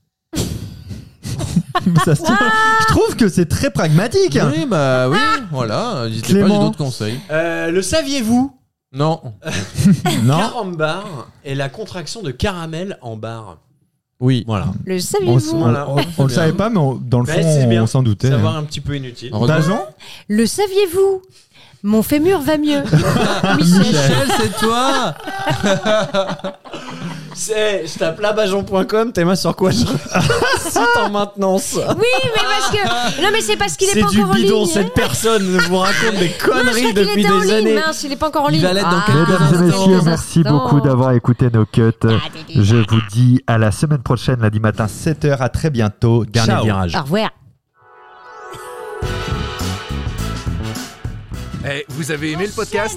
[SPEAKER 2] ça se tient. [laughs] je trouve que c'est très pragmatique.
[SPEAKER 5] Oui, bah oui, voilà. N'hésitez pas, j'ai
[SPEAKER 2] Ah. Clément.
[SPEAKER 5] d'autres conseils.
[SPEAKER 6] Euh, le saviez-vous
[SPEAKER 5] Non.
[SPEAKER 2] Non,
[SPEAKER 6] Carambar est la contraction de caramel en barre.
[SPEAKER 5] Oui.
[SPEAKER 6] Voilà.
[SPEAKER 4] Le
[SPEAKER 2] on, s-
[SPEAKER 4] saviez-vous
[SPEAKER 2] on,
[SPEAKER 6] Voilà.
[SPEAKER 2] on- on le savait pas, mais on- dans le
[SPEAKER 6] Ouais,
[SPEAKER 2] fond,
[SPEAKER 6] c'est bien.
[SPEAKER 2] on s'en doutait.
[SPEAKER 6] Savoir un petit peu inutile.
[SPEAKER 5] En revanche,
[SPEAKER 2] Bajon
[SPEAKER 4] Le saviez-vous Mon fémur va
[SPEAKER 2] [laughs]
[SPEAKER 4] mieux. Michel.
[SPEAKER 5] Michel, c'est toi
[SPEAKER 6] C'est, je tape labajon.com, t'es ma sur
[SPEAKER 5] [laughs]
[SPEAKER 6] quoi je... Site en maintenance.
[SPEAKER 4] Oui, mais parce que non, mais c'est parce qu'il est,
[SPEAKER 6] C'est
[SPEAKER 4] pas
[SPEAKER 6] du
[SPEAKER 4] encore en
[SPEAKER 6] bidon,
[SPEAKER 4] ligne.
[SPEAKER 6] cette personne vous raconte des
[SPEAKER 4] Non, je
[SPEAKER 6] conneries
[SPEAKER 4] crois qu'il
[SPEAKER 6] depuis
[SPEAKER 4] était en
[SPEAKER 6] des
[SPEAKER 4] ligne.
[SPEAKER 6] années.
[SPEAKER 4] Mince, il est pas encore en ligne.
[SPEAKER 5] Il va l'être dans
[SPEAKER 4] Ah,
[SPEAKER 5] quelques
[SPEAKER 4] dans
[SPEAKER 5] instants.
[SPEAKER 2] Mesdames et messieurs,
[SPEAKER 4] quelques
[SPEAKER 2] merci
[SPEAKER 4] instants.
[SPEAKER 2] beaucoup d'avoir écouté nos cuts.
[SPEAKER 4] Ah, des- des-
[SPEAKER 2] Je vous dis à la semaine prochaine, lundi matin, 7h. À très bientôt. Dernier
[SPEAKER 6] Ciao.
[SPEAKER 2] virage.
[SPEAKER 4] Au revoir.
[SPEAKER 1] Eh, vous avez aimé le podcast